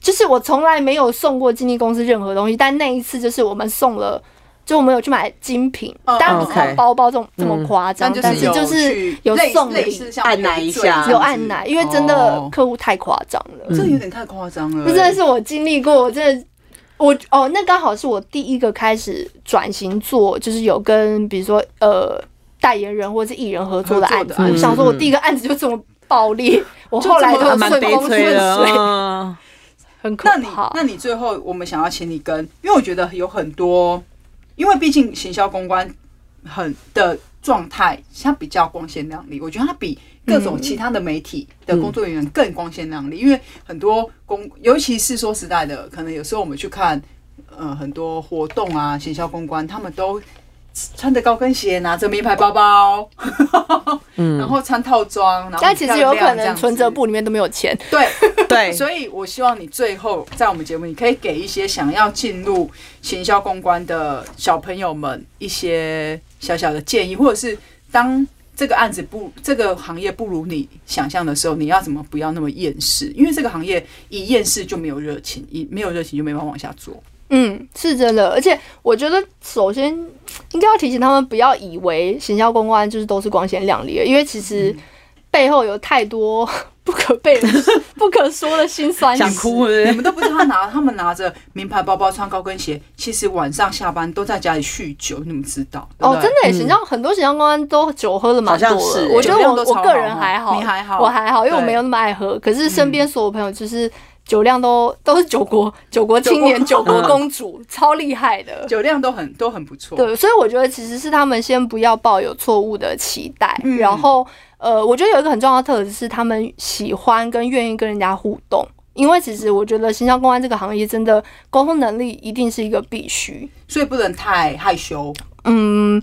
就是我从来没有送过经纪公司任何东西，但那一次就是我们送了。就我们有去买精品，
嗯
当然不是像
OK
包包这种这么夸
哦那
张，但是
有
就是
去
有
类
送
类
礼
似，像
按奶一
赔罪
下
这
有
样子
按奶，因为真的
哦嗯
客户太夸张了。
这有点太夸张
嗯
了、欸
这真的是我经历过，我真的。我哦，那刚好是我第一个开始转型做，就是有跟比如说呃代言人或者是艺人合作的案子
合作的。案
子
我想说，我第一个案子就这么爆裂， 我后来
就
都
这么
顺
蛮悲
风顺
催的
水，
啊，
很可
那你
怕。
那你最后我们想要请你跟，因为我觉得有很多，因为毕竟行销公关很的状态，它比较光鲜亮丽，我觉得它比各种其他的媒体的工作人员更光鲜亮丽，因为很多公，尤其是说实在的，可能有时候我们去看，呃，很多活动啊，行销公关他们都。穿着高跟鞋，拿着名牌包包， 然后穿套装，然后
嗯但其实
很
有
漂亮
可
这
能
样子
存折簿里面都没有钱。
对，
对，
所以我希望你最后在我们节目，你可以给一些想要进入行销公关的小朋友们一些小小的建议，或者是当这个案子不这个行业不如你想象的时候，你要怎么不要那么厌世？因为这个行业一厌世就没有热情，一没有热情就没办法往下做。
嗯，是真的。而且我觉得，首先应该要提醒他们不要以为行销公关就是都是光鲜亮丽的，因为其实
嗯
背后有太多不可被 不可说的辛酸史。
想哭是
你们嗯
不是
都不知道他拿他们拿着名牌包包穿高跟鞋，其实晚上下班都在家里酗酒，你们知道？对不
哦，
对
真的耶，形象很多形象公安都酒喝了蛮多
好像是
了。
耶
我觉得
嗯酒量
我
都超
我
好
个人还好，
你还好
我还好，因为我
对嗯
没有那么爱喝。可是身边所有朋友就是酒量都都是酒国酒国青年、
酒
酒
国
国公主，超厉害的。
酒量都很都很不错。
对，所以我觉得其实是他们先不要抱有错误的期待，
嗯
然后呃，我觉得有一个很重要的特质是他们喜欢跟愿意跟人家互动，因为其实我觉得行销公安这个行业真的沟通能力一定是一个必须。
所以不能太害羞，
嗯，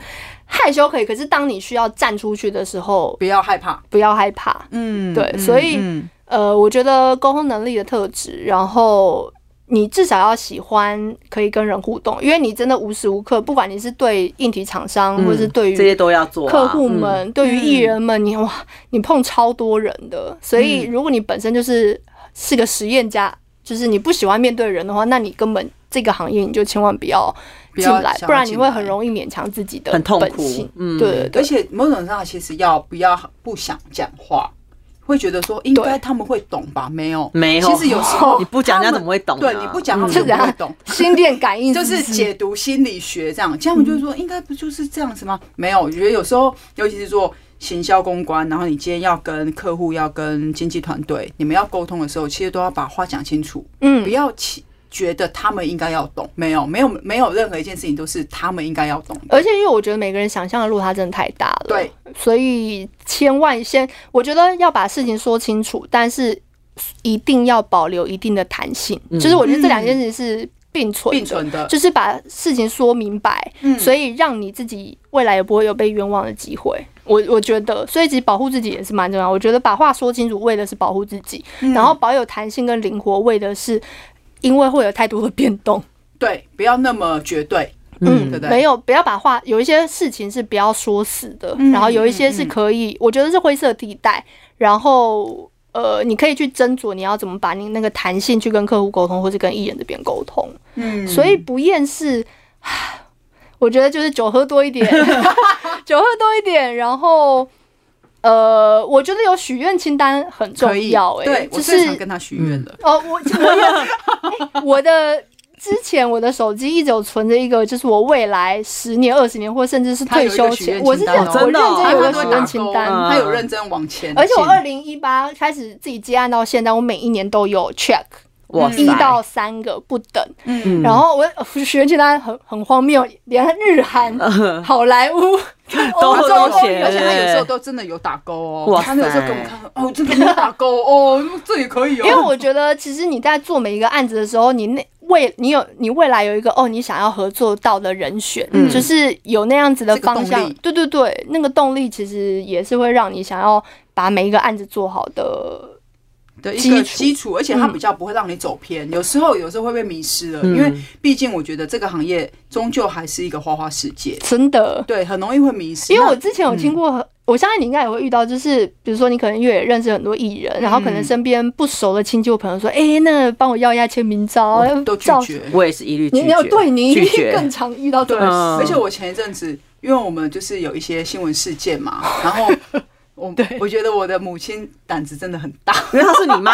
害羞可以，可是当你需要站出去的时候，
不要害怕。
不要害怕。
嗯
对所以
嗯
呃，我觉得沟通能力的特质，然后你至少要喜欢可以跟人互动，因为你真的无时无刻，不管你是对硬体厂商，或是对
嗯这些
于
都要做啊
客户们，对于艺人们，你哇，你碰超多人的，所以如果你本身就是是个实验家，就是你不喜欢面对人的话，那你根本这个行业你就千万不要
不
进
要
来
想，要
不然你
进
会
来
很容易勉强自己的
很痛
本
苦
性。
嗯
对对
而
对，
且某种程度上其实要不要不想讲话，会觉得说应该他们会懂吧？没有，
没有
其实有时候
你不讲
他们
人家怎么会懂啊嗯啊
对，你不讲他们
这
怎
怎
么会
样
懂？？
心电感应
就是
不
解读心理学这样，这样我就是说，应该不就是这样子吗？没有，我觉得有时候，尤其是做行销公关，然后你今天要跟客户、要跟经纪团队，你们要沟通的时候，其实都要把话讲清楚，不
嗯，
要起觉得他们应该要懂，没有，没有，没有任何一件事情都是他们应该要懂的。
而且因为我觉得每个人想象的落差真的太大了，
对，
所以千万先，我觉得要把事情说清楚，但是一定要保留一定的弹性，就是我觉得这
嗯
两件事情是并存的
并存的
就是把事情说明白，
嗯
所以让你自己未来也不会有被冤枉的机会。我我觉得，所以其实保护自己也是蛮重要。我觉得把话说清楚，为的是保护自己，
嗯
然后保有弹性跟灵活，为的是因为会有太多的变动。
对，不要那么绝对，
嗯
对不
没
对？
有，不要把话，有一些事情是不要说死的，
嗯
然后有一些是可以，我觉得是灰色地带，然后。呃，你可以去斟酌你要怎么把你那个弹性去跟客户沟通，或是跟艺人这边沟通。
嗯，
所以不厌世，唉我觉得就是酒喝多一 点，酒喝多一点，然后呃，我觉得有许愿清单很重
可以
要、欸，
对我
就
最常
是
跟他许愿了。
哦，我我也、哎我的。之前我的手机一直有存着一个，就是我未来十年、二十年，或甚至是退休前，
他有一个许愿清单
我是这样
哦
我认
真的哦
真有
他
个
都
许
会打
愿清
勾，啊
单，
嗯
他有认真往前进，
而且我二零一八开始自己接案到现在，我每一年都有 check
嗯哇塞，
嗯一 到三个不等，
嗯
然后我呃学员清单很很荒谬，连日韩、
嗯
好莱坞、
都
欧
都
洲
写
而且他有时候都真的有打勾哦
哦哇，
他有时候
塞
给我们看，哦，这个没有打勾哦，这也可以哦。
因为我觉得，其实你在做每一个案子的时候，你那未你有你未来有一个哦，你想要合作到的人选，就是有那样子的
嗯这个
方
动
向
力。
对对对，那个动力其实也是会让你想要把每一个案子做好的。
的一个
基础
基础，而且它
嗯
比较不会让你走偏。有时候有时候会被迷失了，
嗯
因为毕竟我觉得这个行业终究还是一个花花世界，
真的，
对，很容易会迷失。
因为我
那嗯
之前有听过，我相信你应该也会遇到，就是比如说你可能越野认识很多艺
嗯
人，然后可能身边不熟的亲戚或朋友说：“哎、那帮我要一下签名照。”
哦都拒
照
绝，
我也是一律拒
你
绝。
你要对你一
拒
定
绝
更常遇到这
对，
种事。
嗯
而且我前一阵子，因为我们就是有一些新闻事件嘛，然后我我觉得我的母亲胆子真的很大，
因为她是你妈，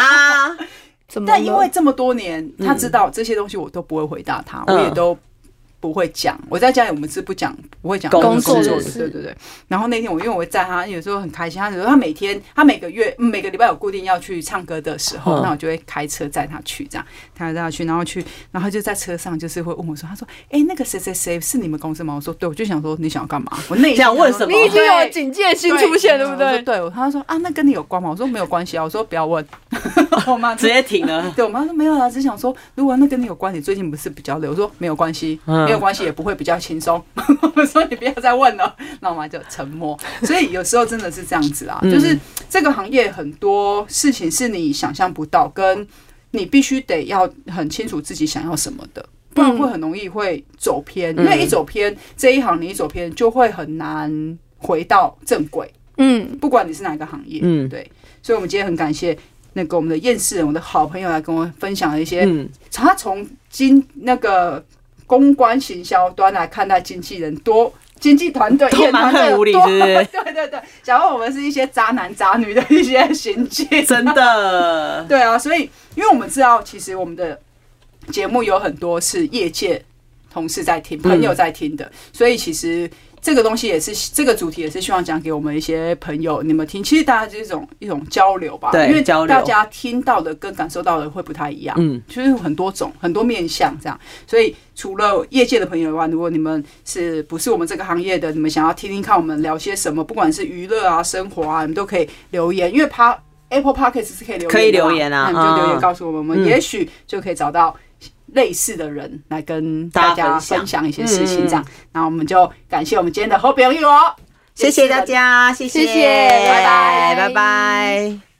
怎么了？
但因为这么多年，他知道这些东西我都不会回答他，
嗯
我也都不会讲。我在家里我们是不讲，不会讲
工
作
作
的，
是
对对对。然后那天我因为我在他有时候很开心，他有时候他每天他每个月、嗯每个礼拜有固定要去唱歌的时候，
嗯
那我就会开车载他去，这样他载他去，然后去，然后就在车上就是会问我说，他说：“哎、那个谁谁谁是你们公司吗？”我说：“对。”我就想说你想要干嘛？我内心
想问什么
你已经有
哦对嗯
警戒心出现，对不
我说
对？
对，我他说啊，那跟你有关吗？我说没有关系啊，我说啊不要问。我妈
直接停了。
对我妈说没有啦，只想说如果那跟你有关，你最近不是比较累？我说没有关系，
嗯
没有关系也不会比较轻松。 我说你不要再问了，那我妈就沉默。所以有时候真的是这样子啊，
嗯
就是这个行业很多事情是你想象不到，跟你必须得要很清楚自己想要什么的。不
嗯
然会很容易会走偏，因为一走偏这一行你一走偏就会很难回到正轨。
嗯，
不管你是哪个行业，
嗯
对，所以我们今天很感谢那个我们的厌世人，我的好朋友来跟我分享了一些，
嗯，
他从经那个公关行销端来看待经纪人多。经纪团队、
都
业团队
蛮无理
有多
是不是
对对对，假如我们是一些渣男渣女的一些行径，
真的，
对啊，所以因为我们知道，其实我们的节目有很多是业界同事在
嗯
听、朋友在听的，所以其实这个东西也是这个主题也是希望讲给我们一些朋友你们听。其实大家就是一种一种交流吧，
对
因为
交流
大家听到的跟感受到的会不太一样。
嗯，
就是有很多种、很多面向这样。所以除了业界的朋友以外，如果你们是不是我们这个行业的，你们想要听听看我们聊些什么，不管是娱乐啊、生活啊，你们都可以留言，因为 p Apple Podcast 是可以留言的嘛
可以留言啊
那你就留
嗯
言告诉我们，我们也许就可以找到类似的人来跟大
大家
家
分享嗯
分享一些事情这样。那我们就感谢我们今天的好朋友哦，
谢谢大。家，谢
谢谢拜
拜
拜拜。